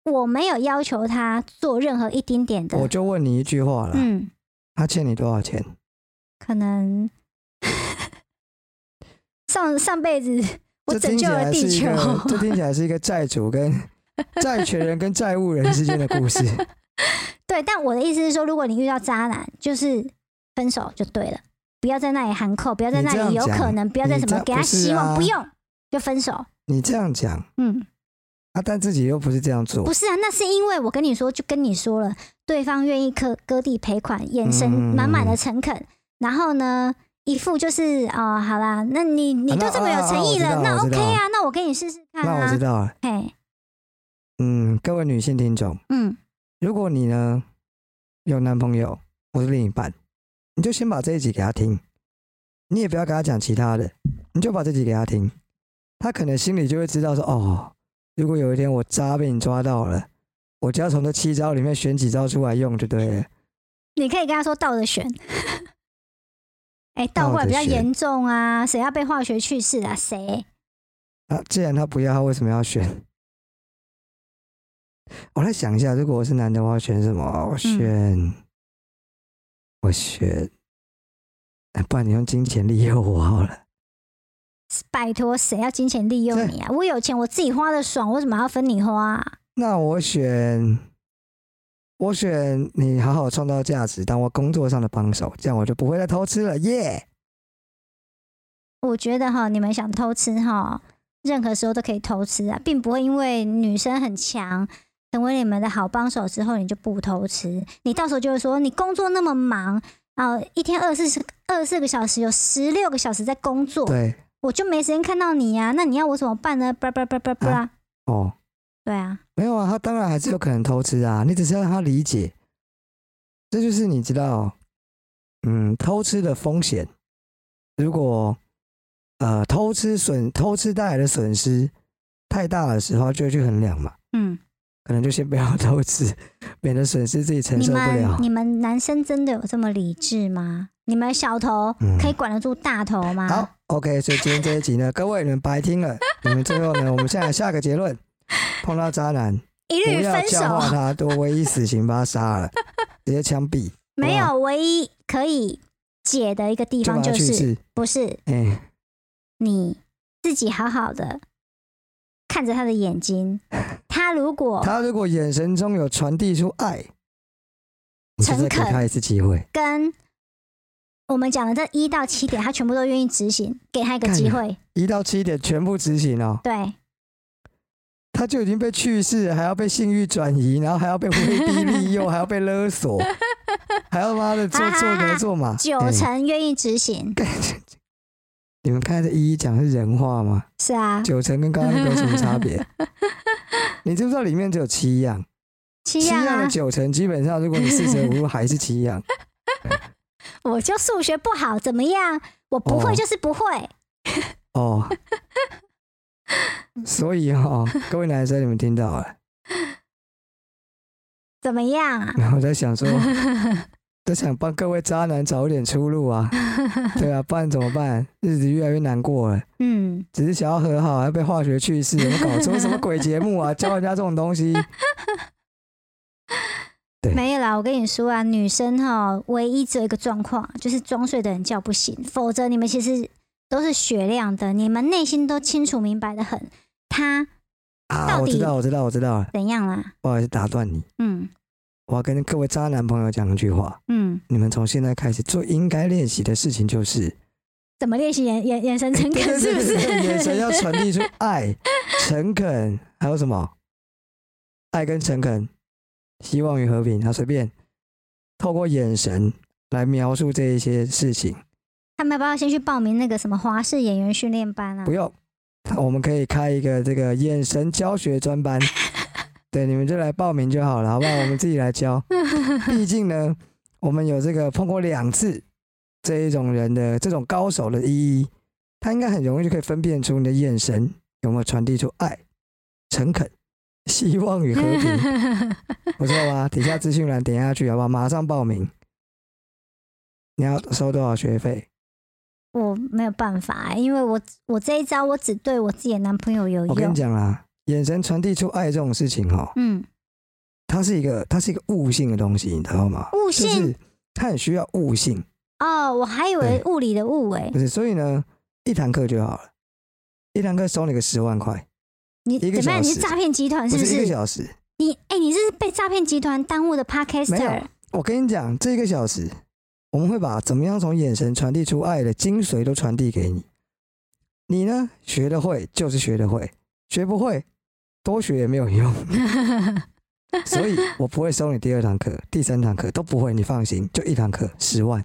我没有要求他做任何一丁点
我
的，
就问你一句话了，
哎嗯，
他欠你多少钱？
可能 (laughs) 上上辈子我
这听
拯
起
救
来
了
是
地
一
球，
个，这听起来是一个债主跟债权人跟债务人之间的故事。
(laughs) 对。但我的意思是说，如果你遇到渣男，就是分手就对了，不要在那里含扣，不要在
你
那
这
里
样
有可
讲
能，不要再
你
什
这
么
样
给
不
他
是
希望，不
啊
用就分手。
你这样讲，
嗯，
啊，但自己又不是这样做
不，是啊，那是因为我跟你说，就跟你说了，对方愿意割割地赔款，眼神
嗯
满满的诚恳，然后呢，一副就是哦，好啦，那你你
啊
都
那
这么有
啊啊
诚
我
意
知
了，
道
那
我知
OK
道
啊，那我跟你试试看
那我知
啊，
道了。
嘿，
嗯，各位女性听众，
嗯
如果你呢有男朋友或是另一半，你就先把这一集给他听，你也不要跟他讲其他的，你就把这集给他听，他可能心里就会知道说，哦，如果有一天我渣被你抓到了，我就要从这七招里面选几招出来用就对了。
你可以跟他说倒着选，哎、倒
倒
过来比
着
较
选
严重啊，谁要被化学去世啊？谁？
啊，既然他不要，他为什么要选？ (laughs) 我来想一下，如果我是男的，我要选什么？我选，我选，哎不然你用金钱利诱我好了。
拜托，谁要金钱利用
对
你啊？我有钱，我自己花的爽，我为什么要分你花、啊？
那我选，我选你好好创造价值，当我工作上的帮手，这样我就不会再偷吃了，耶、
我觉得哈，你们想偷吃哈，任何时候都可以偷吃啊，并不会因为女生很强成为你们的好帮手之后，你就不偷吃。你到时候就会说，你工作那么忙啊、一天二十四二十四个小时，有十六个小时在工作，
对，
我就没时间看到你呀、那你要我怎么办呢？叭叭叭
啊
叭叭，
哦，
对啊，
没有啊，他当然还是有可能偷吃啊，你只是要让他理解，这就是你知道，嗯，偷吃的风险，如果呃偷吃损偷吃带来的损失太大的时候，就会去衡量嘛，
嗯，
可能就先不要 (laughs) 偷吃，免得损失自己承
你
受不
们
了。
你们男生真的有这么理智吗？你们小头
嗯
可以管得住大头吗？
好，OK，所以今天这一集呢，各位你们白听了，你们最后呢，我们现在下个结论：碰到渣男，
一
不
律
要
分
教化
手，
他，多唯一死刑把他杀了，直接枪毙，
没有唯一可以解的一个地
就把
方
他
就
去
是。
世。
不是
哎、
你自己好好的看着他的
(laughs)
眼睛，他如果
他如果眼神中有传递出爱，你就再给
诚恳
他一次机会。
跟我们讲的这一到七点，他全部都愿意执行，给他一个
干
机
了
会。
一到七点全部执行哦，
对，
他就已
(laughs)
经被去世了，还要被性欲转移，然后还要被威逼利诱，还要被勒索，还要妈的做做牛做马，
九
哎
成愿意执行。
(laughs) 你们看这一一讲是人话吗？
是啊，
九成跟刚刚那个有什么差
(laughs)
别？你知不知道里面只有七样？
七
七
样
样
啊
的，九成基本上，如果你四舍五入还是七
(laughs)
样。
我就数学不好，怎么样？我不会
哦
就是不会。
哦，所以哦，各位男生你们听到
(laughs)
了，
怎么样啊？
然后我在想说，在想帮各位渣男找一点出路
(laughs)
啊，对啊，不然怎么办？日子越来越难过了。
嗯，
只是想要和好，还被化学去世，有没有搞错？什么鬼节目
(laughs)
啊？教人家这种东西，对
没有啦。我跟你说啊，女生哈，唯一只有一个状况就是装睡的人叫不醒，否则你们其实都是雪亮的，你们内心都清楚明白的很。他
啊，
到
我
底
知道，我知道，我知道了。
怎样啦？
不好意思打断你，
嗯
我要跟各位渣男朋友讲一句话：
嗯，
你们从现在开始最应该练习的事情就是，
怎么练习眼眼眼神诚
对
恳，
对对
是 (laughs)
(laughs)
不是？
对对眼神要传递出爱、诚恳，还有什么？爱跟诚恳，希望与和平。啊，随便，透过眼神来描述这一些事情。
他们要不要先去报名那个什么华视演员训练班啊
不？用，我们可以开一个这个眼神教学专班，对，你们就来报名就好了，好不好？我们自己来教。毕竟呢，我们有这个碰过两次这一种人的这种高手的一一，他应该很容易就可以分辨出你的眼神有没有传递出爱、诚恳、希望与和
(laughs)
平，不错吧？底下资讯栏点下去，好不好？马上报名。你要收多少学费？
我没有办法，因为我我这一招我只对我自己的男朋友有
我跟你
用。
讲啦，眼神传递出爱这种事情哦、
嗯，
它是一个它是一个悟性的东西，你知道吗？就
悟性、
是它很需要悟性，
哦，我还以为物理的物哎诶、
不是？所以呢，一堂课就好了，一堂课收你个十万块，
你
一个
怎么样？
小
你
时
是诈骗集团是
不
不
是一个
是？
小时。
你哎、你这是被诈骗集团耽误的
没
podcaster
有。我跟你讲，这一个小时我们会把怎么样从眼神传递出爱的精髓都传递给你。你呢，学得会就是学得会，学不会多学也没有
(laughs)
用。所以我不会收你第二堂课、第三堂课都不会，你放心，就一堂课十万，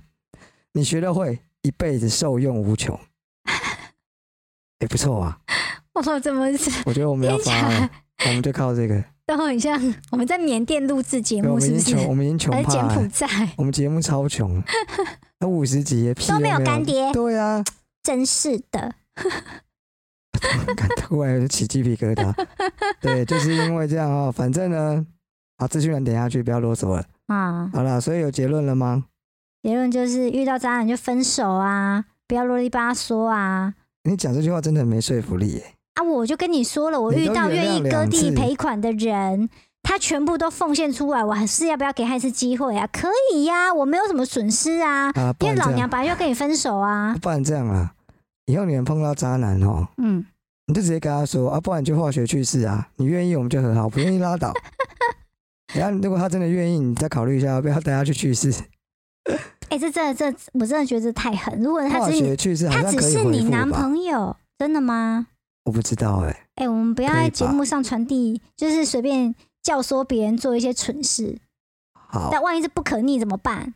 你学得会，一辈子受用无
(laughs)
穷。也、不错啊，
哇，怎么是
我觉得我们要
听起
发了
来，
我们就靠这个。
都很像我们在缅甸录制节
对我
目，
们
是哎
已
不
经穷，我们已经穷
是？ (laughs) 还是
怕
柬
了
埔。寨？
我们节目超
(laughs)
穷，那五十集也屁
都
没
没有干爹
对啊，
真是的，
感突然就起鸡皮疙
(laughs)
瘩。对，就是因为这样哦。反正呢，好，资讯栏点下去，不要啰嗦了。
啊！
好啦，所以有结论了吗？
结论就是遇到渣男就分手啊，不要啰里吧嗦啊。
你讲这句话真的很没说服力耶。
啊，我就跟你说了，我
你
遇
都
到
原
愿
谅
意割
两次
地赔款的人，他全部都奉献出来，我还是要不要给他一次机会啊？可以呀、我没有什么损失啊，
啊，不
因
然
为
这
老娘
样，
本来就要跟你分手啊。
不然这样啦。以后你们碰到渣男哦，
嗯，
你就直接跟他说啊，不然你就化学去世啊。你愿意我们就和好，不愿意
(laughs)
拉倒。然后如果他真的愿意，你再考虑一下要不要带他去去世。
哎、这真的，这我真的觉得这太狠。如果他
化
只是你
学去世好
他
像
只
可以
是
回
你
复
男
吧？
朋友，真的吗？
我不知道哎、
哎、我们不要
可以
在节
吧
目上传递，就是随便教唆别人做一些蠢事。
好，
但万一是不可逆怎么办？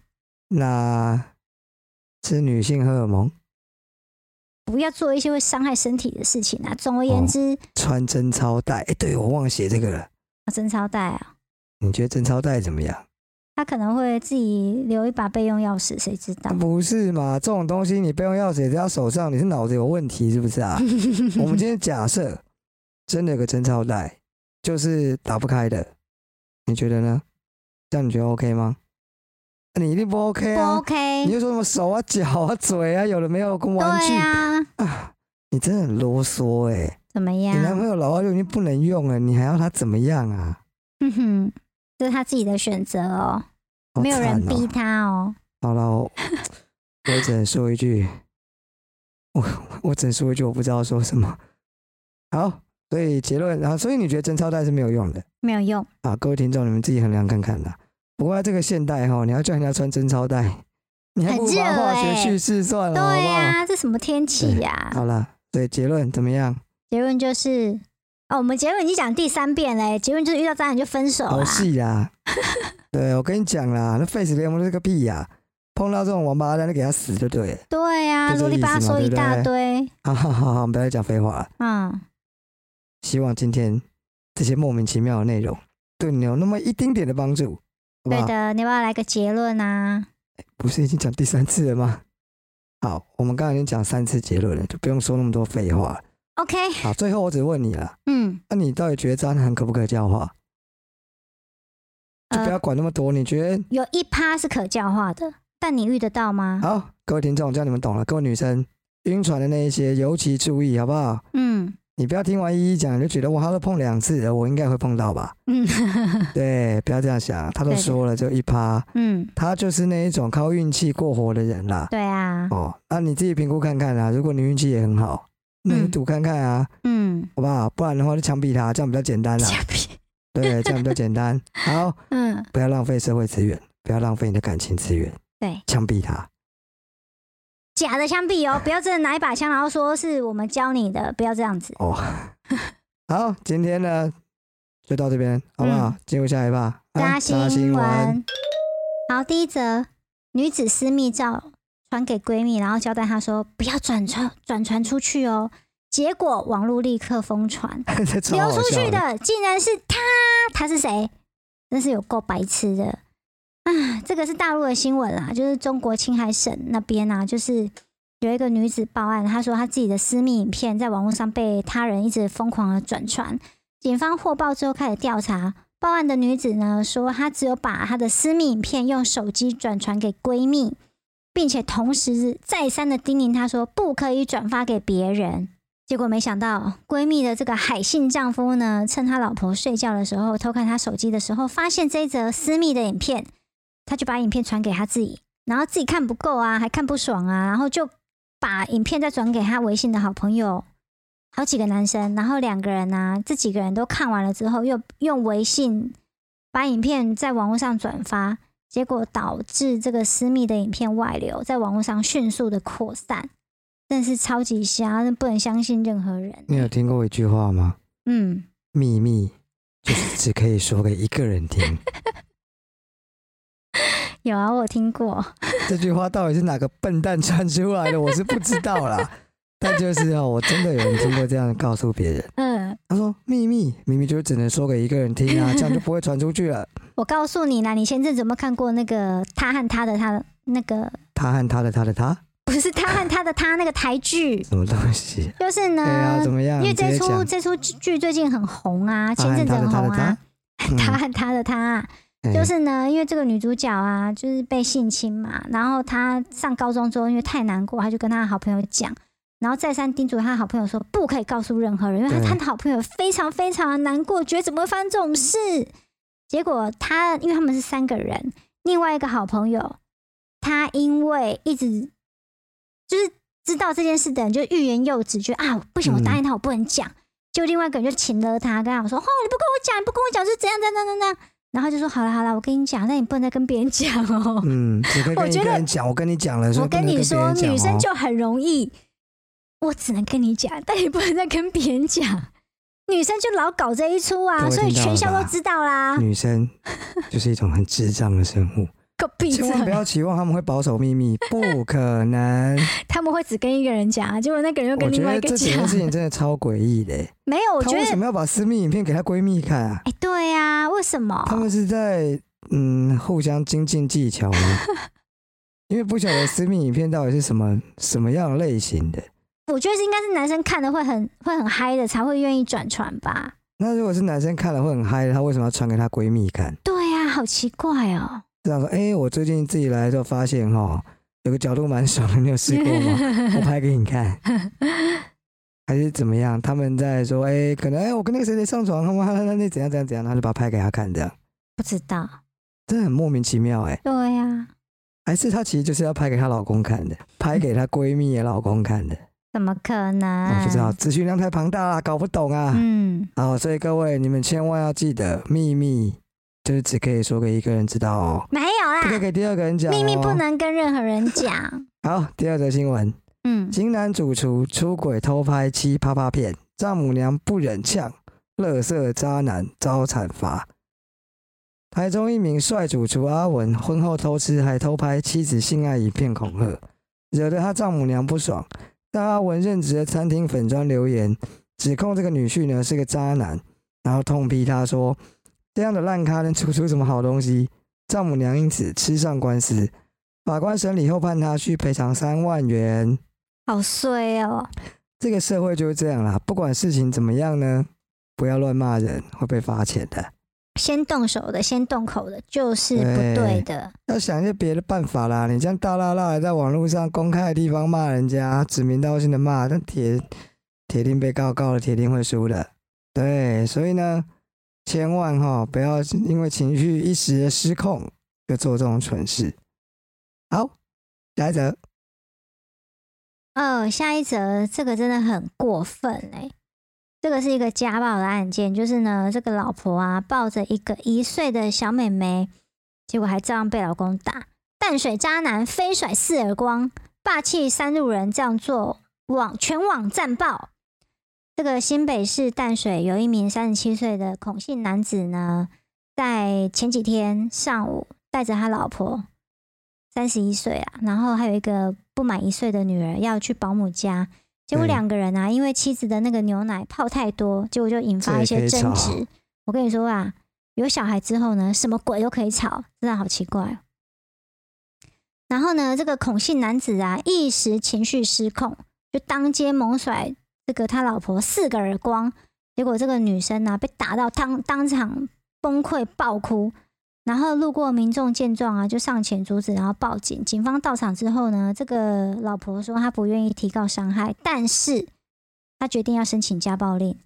那吃女性荷尔蒙、
不要做一些会伤害身体的事情啊！总而
哦
言之，
穿贞操带。哎、对我忘了写这个了。
啊贞操带啊。
你觉得贞操带怎么样？
他可能会自己留一把备用钥匙，谁知道？
不是嘛？这种东西你备用钥匙也在他手上，你是脑子有问题是不
(laughs)
是啊？我们今天假设真的有个贞操带，就是打不开的，你觉得呢？这样你觉得 OK 吗？你一定不 OK
不
啊！你
OK，
就说什么手啊、脚啊、嘴啊，有的没有跟玩具
对啊，
啊你真的很啰嗦哎、
怎么
你男
样？
朋友老二就已经不能用了，你还要他怎么样啊？
哼哼，这是他自己的选择哦，
好
没有
惨
人
哦
逼他哦。
好了，
(laughs)
我我只能说一句，我我只能说一句，我不知道说什么。好，所以结论，然后所以你觉得贞操带是没有用的
没有用，
啊？各位听众，你们自己衡量看看啦。不过在这个现代哈，你要叫人家穿贞操带，你还不如把
很热
化
欸
学去世算了，好
对啊
不好？
呀、这什么天气啊呀、
好了，哦对结论怎么样？
结论就是，哦，我们结论已经讲第三遍嘞，结论就是遇到渣男就分手
好
(laughs) 啦。
戏啦！对我跟你讲啦，那 Face 联盟是个屁呀、碰到这种王八蛋就给他死就对了。
对呀、
就这
啰里
意思
吧
嘛
嗦
对
一
不
大
对
堆，
好好好好，我们不要再讲废话了。
嗯，
希望今天这些莫名其妙的内容对你有那么一丁点的帮助，好不
对
好？
的，你要不要来个结论啊？
不是已经讲第三次了吗？好，我们刚才已经讲三次结论了，就不用说那么多废话了。
OK，
好，最后我只问你了，
嗯，
那你到底觉得渣男可不可教化？就不
呃
要管那么多，你觉得
有一趴是可教化的，但你遇得到吗？
好？各位听众，这样你们懂了。各位女生，晕船的那一些尤其注意，好不好？
嗯
你不要听完依依讲你就觉得哇，他都碰两次了，我应该会碰到吧？
嗯 (laughs)
对，不要这样想，他都
对的
说了就一趴，
嗯，
他就是那一种靠运气过活的人啦。
对啊，
哦，那、你自己评估看看啦、如果你运气也很好，那你
嗯
赌看看啊，
嗯，
好不好？不然的话就枪毙他，这样比较简单啦、对，这样比较简
(laughs)
单。好，
嗯，
不要浪费社会资源，不要浪费你的感情资源，
对，
枪毙他。
假的枪毙哦，不要真的拿一把枪，然后说是我们教你的，不要这样子。
哦，好，今天呢就到这边，好不
嗯
好？进入下一趴，
大
啊
新闻。好，第一则，女子私密照传给闺蜜，然后交代她说不要转传转传出去哦。结果网络立刻疯传，
(laughs) 这超
流
好
出
笑
去。的竟然是她，她是谁？真是有够白痴的啊！这个是大陆的新闻啦，就是中国青海省那边啊，就是有一个女子报案，她说她自己的私密影片在网络上被他人一直疯狂的转传，警方获报之后开始调查。报案的女子呢说，她只有把她的私密影片用手机转传给闺蜜，并且同时再三的叮咛她说不可以转发给别人。结果没想到，闺蜜的这个海信丈夫呢，趁她老婆睡觉的时候偷看她手机的时候，发现这一则私密的影片，他就把影片传给她自己，然后自己看不够啊，还看不爽啊，然后就把影片再转给她微信的好朋友，好几个男生，然后两个人呢、这几个人都看完了之后，又用微信把影片在网络上转发，结果导致这个私密的影片外流，在网络上迅速的扩散，真的是超级瞎，不能相信任何人。
你有听过一句话吗？
嗯，
秘密就是只可以说给一个人
(laughs)
听。
有啊，我有听过。
这句话到底是哪个笨蛋传出来的，我是不知道
(laughs)
啦。但就是哦，我真的有人听过这样告诉别人，
嗯，
他说秘密明明就是只能说给一个人听
(laughs)
啊，这样就不会传出去了。
我告诉你啦，你前阵子有没有看过那个他和他的他的那个？
他和他的他的他
不是他和他的他那个台剧，
什么东西？
就是呢，
对啊，怎么样？
因为
你直
这
接
出
讲
这出剧最近很红啊，
他
前
和
阵子
他的
很
他
红
的
啊
他。，嗯
(laughs) 他和他的他啊，就
哎
是呢，因为这个女主角啊，就是被性侵嘛，然后她上高中之后，因为太难过，她就跟她的好朋友讲，然后再三叮嘱她的好朋友说，不可以告诉任何人，因为她
对
她的好朋友非常非常的难过，觉得怎么会发生这种事。结果她，因为他们是三个人，另外一个好朋友，她因为一直就是知道这件事的人，就欲言又止，觉得啊，不行，我答应他，我不能讲。就另外一个人就请了他，跟他说：“哦，你不跟我讲，你不跟我讲是怎样怎样怎样怎样。”然后就说：“好了好了，我跟你讲，但你不能再跟别人讲哦。
嗯，只可以
我
跟一
觉
个
得
人讲。我跟你讲了，所以
我
不能
跟你
别
说，
人讲
女生
哦
就很容易，我只能跟你讲，但你不能再跟别人讲。女生就老搞这一出
各
啊，
位
所以
听到了
全校
吧嗯
都知道啦。
哦女
(laughs)
生就是一种很智障的生物，
狗 (laughs) 闭
千
嘴！
万不要期望他们会保守秘密，不可能。
他们会只跟一个人讲啊，结果那个人又
我
跟
觉
另外
得
一个
这
讲
整件。事情真的超诡异的欸、
没有，我
她
觉
为什
得，
么要把私密影片给她闺蜜看啊？
哎，对呀、为什么？
他们是在嗯互相精进技巧吗？ (laughs) 因为不晓得私密影片到底是什么什么样类型的。
我觉得是应该是男生看了会很会很嗨的，才会愿意转传吧。
那如果是男生看了会很嗨，他为什么要传给他闺蜜看？
对呀、好奇怪哦。
这样说，哎、我最近自己来的时候发现哈，有个角度蛮爽的，你有试过吗？我拍给你看，还是怎么样？他们在说，哎、可能哎、我跟那个谁谁上床，他妈那那怎样怎样怎样，他就把他拍给他看，这样
(laughs) 不知道。
真的很莫名其妙哎、
对啊呀、
还是她其实就是要拍给她老公看的，拍给她闺蜜的老公看的。哦
怎么可能？
我不知道，。啊资讯量太庞大啦，搞不懂啊。
嗯，
好，所以各位你们千万要记得，秘密就是只可以说给一个人知道哦，
没有
不可以
啦，
给第二个人讲、哦。
秘密不。能跟任何人
(laughs)
讲。
好，第二则新闻：
嗯，
型男主厨出轨偷拍妻啪啪片，丈母娘不忍呛，乐色渣男遭惨罚。台中一名帅主厨阿文婚后偷吃，还偷拍妻子性爱影片恐吓，惹得他丈母娘不爽。但阿文任职的餐厅粉砖留言，指控这个女婿呢是个渣男，然后痛批他说：“这样的烂咖能煮出什么好东西？”丈母娘因此吃上官司，法官审理后判他需赔偿三万元。
好衰哦！
这个社会就是这样啦，不管事情怎么样呢，不要乱骂人，会被罚钱的。
先动手的，先动口的，就是不对的。
要想一些别的办法啦，你这样大啦啦地在网络上公开的地方骂人家，指名道姓的骂，那铁铁定被告告了，铁定会输的。对，所以呢，千万哈不要因为情绪一时的失控就做这种蠢事。好，下一则，
哦，下一则这个真的很过分哎、这个是一个家暴的案件，就是呢，这个老婆啊抱着一个一岁的小妹妹，结果还照样被老公打。淡水渣男飞甩四耳光，霸气三路人这样做，网全网战报。这个新北市淡水有一名三十七岁的孔姓男子呢，在前几天上午带着他老婆三十一岁啊，然后还有一个不满一岁的女儿要去保姆家，结
对
果两个人啊，因为妻子的那个牛奶泡太多，结果就引
这
发
也可
一些
以
争
吵
执。我跟你说啊，有小孩之后呢，什么鬼都可以吵，真的好奇怪、哦。然后呢，这个孔姓男子啊，一时情绪失控，就当街猛甩这个他老婆四个耳光，结果这个女生啊呢、被打到当当场崩溃爆哭。然后路过民众见状啊，就上前阻止，然后报警。警方到场之后呢，这个老婆说她不愿意提告伤害，但是她决定要申请家暴令。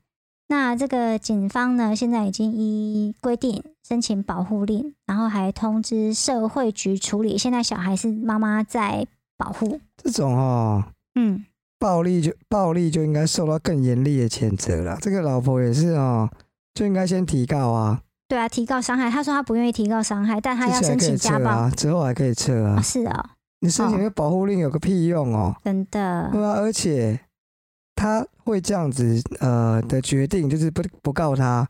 那这个警方呢，现在已经依规定申请保护令，然后还通知社会局处理。现在小孩是妈妈在保护，
这种哦，
嗯，
暴力就暴力就应该受到更严厉的谴责了。这个老婆也是哦，就应该先提告啊，
对啊，提告伤害，他说他不愿意提告伤害，但他
之
要
前还
申
可以
请家
撤
暴。
啊，之后还可以撤
哦
啊。
是哦，
你申请那个保护令有个屁用哦？
真的，
对啊，而且他会这样子呃的决定，就是不不告他，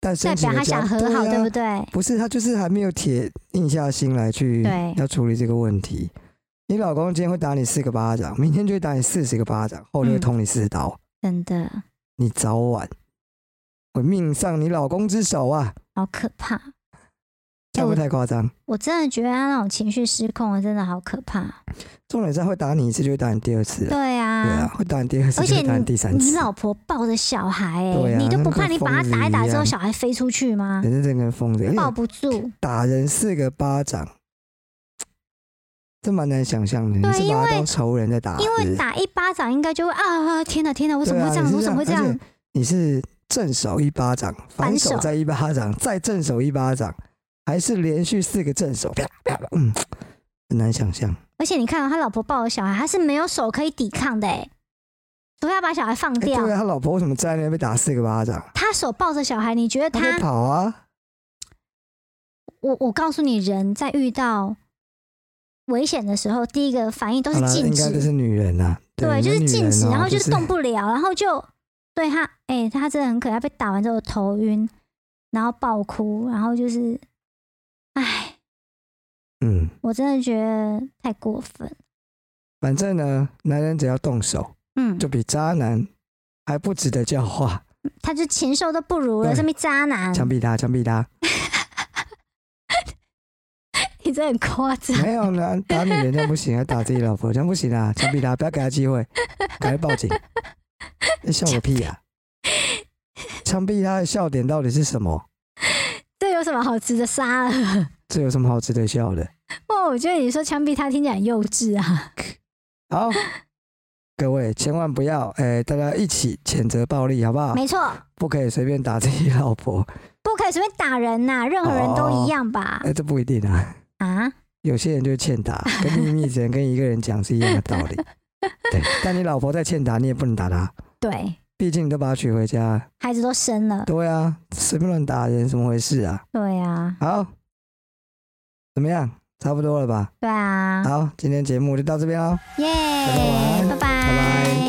但
代
申请
表
了
他
家
想和好，对
啊
不对？
不是他就是还没有铁定下心来去
对
要处理这个问题。你老公今天会打你四个巴掌，明天就会打你四十个巴掌，后天会
嗯
捅你四刀。
真的，
你早晚会命丧你老公之手啊！
好可怕！
这样会不会太夸张？
我真的觉得他那种情绪失控，真的好可怕。
重点是他会打你一次，就会打你第二次啊。
对
对啊，
啊，
会打你第二次，
而
就
且
会打你第三
你
次。
老婆抱着小孩、
对
欸，
啊
你都不
那
怕
跟
你把他
疯
打一
子
打
一
之后，
样
小孩飞出去吗？
人是真跟疯子一样，而
抱
且
不住。
打人四个巴掌，这蛮难想象的。你
对
是
因
把
为
他当仇人在打，
因
是不
为
是
打一巴掌应该就会啊！天哪，天哪，我怎么会这样？
对啊
我怎么会这
而
样
且？你是正手一巴掌，反
反
手
手
再一巴掌，再正手一巴掌，还是连续四个正手，啪啪啪，嗯，很难想象。
而且你看、哦，他老婆抱着小孩，他是没有手可以抵抗的，哎，除非他把小孩放
哎
掉。
对啊，他老婆为什么在那边被打四个巴掌？
他手抱着小孩，你觉得
他在
他？
跑啊。
我我告诉你，人在遇到危险的时候，第一个反应都
好
是
啦
禁
应该
止，
都是女人啊，
对，就
你
是
们
禁止，
女人哦
然后
就
就是动不了，然后就对他，哎、他真的很可爱，被打完之后头晕，然后爆哭，然后就是，哎，
嗯，
我真的觉得太过分，
反正呢，男人只要动手，
嗯，
就比渣男还不值得教化，
他就禽兽都不如了，
对
这么渣男，
枪毙他，枪毙他。
你真的很
(laughs)
夸张，
没有呢，打女人这样不行，还啊打自己老婆这样不行啊，枪毙他，不要给他机会，赶快
(laughs)
报警。你笑个屁啊！枪毙他的笑点到底是什么？
这有什么好值得杀了？
这有什么好值得笑的？
哦，我觉得你说枪毙他听起来很幼稚啊，
好，各位千万不要，哎、大家一起谴责暴力，好不好？
没错。
不可以随便打自己老婆，
不可以随便打人呐、任何人都一样吧
哎、？这不一定啊。
啊，
有些人就是欠打，跟秘密只能跟一个人讲是一样的道理。对，但你老婆在欠打，你也不能打她，
对，
毕竟你都把她娶回家。
孩子都生了，
对啊，随便乱打人，怎么回事啊？
对啊，
好，怎么样？差不多了吧？
对啊，
好，今天节目就到这边喽。哦
耶
大家晚安，
拜拜
拜拜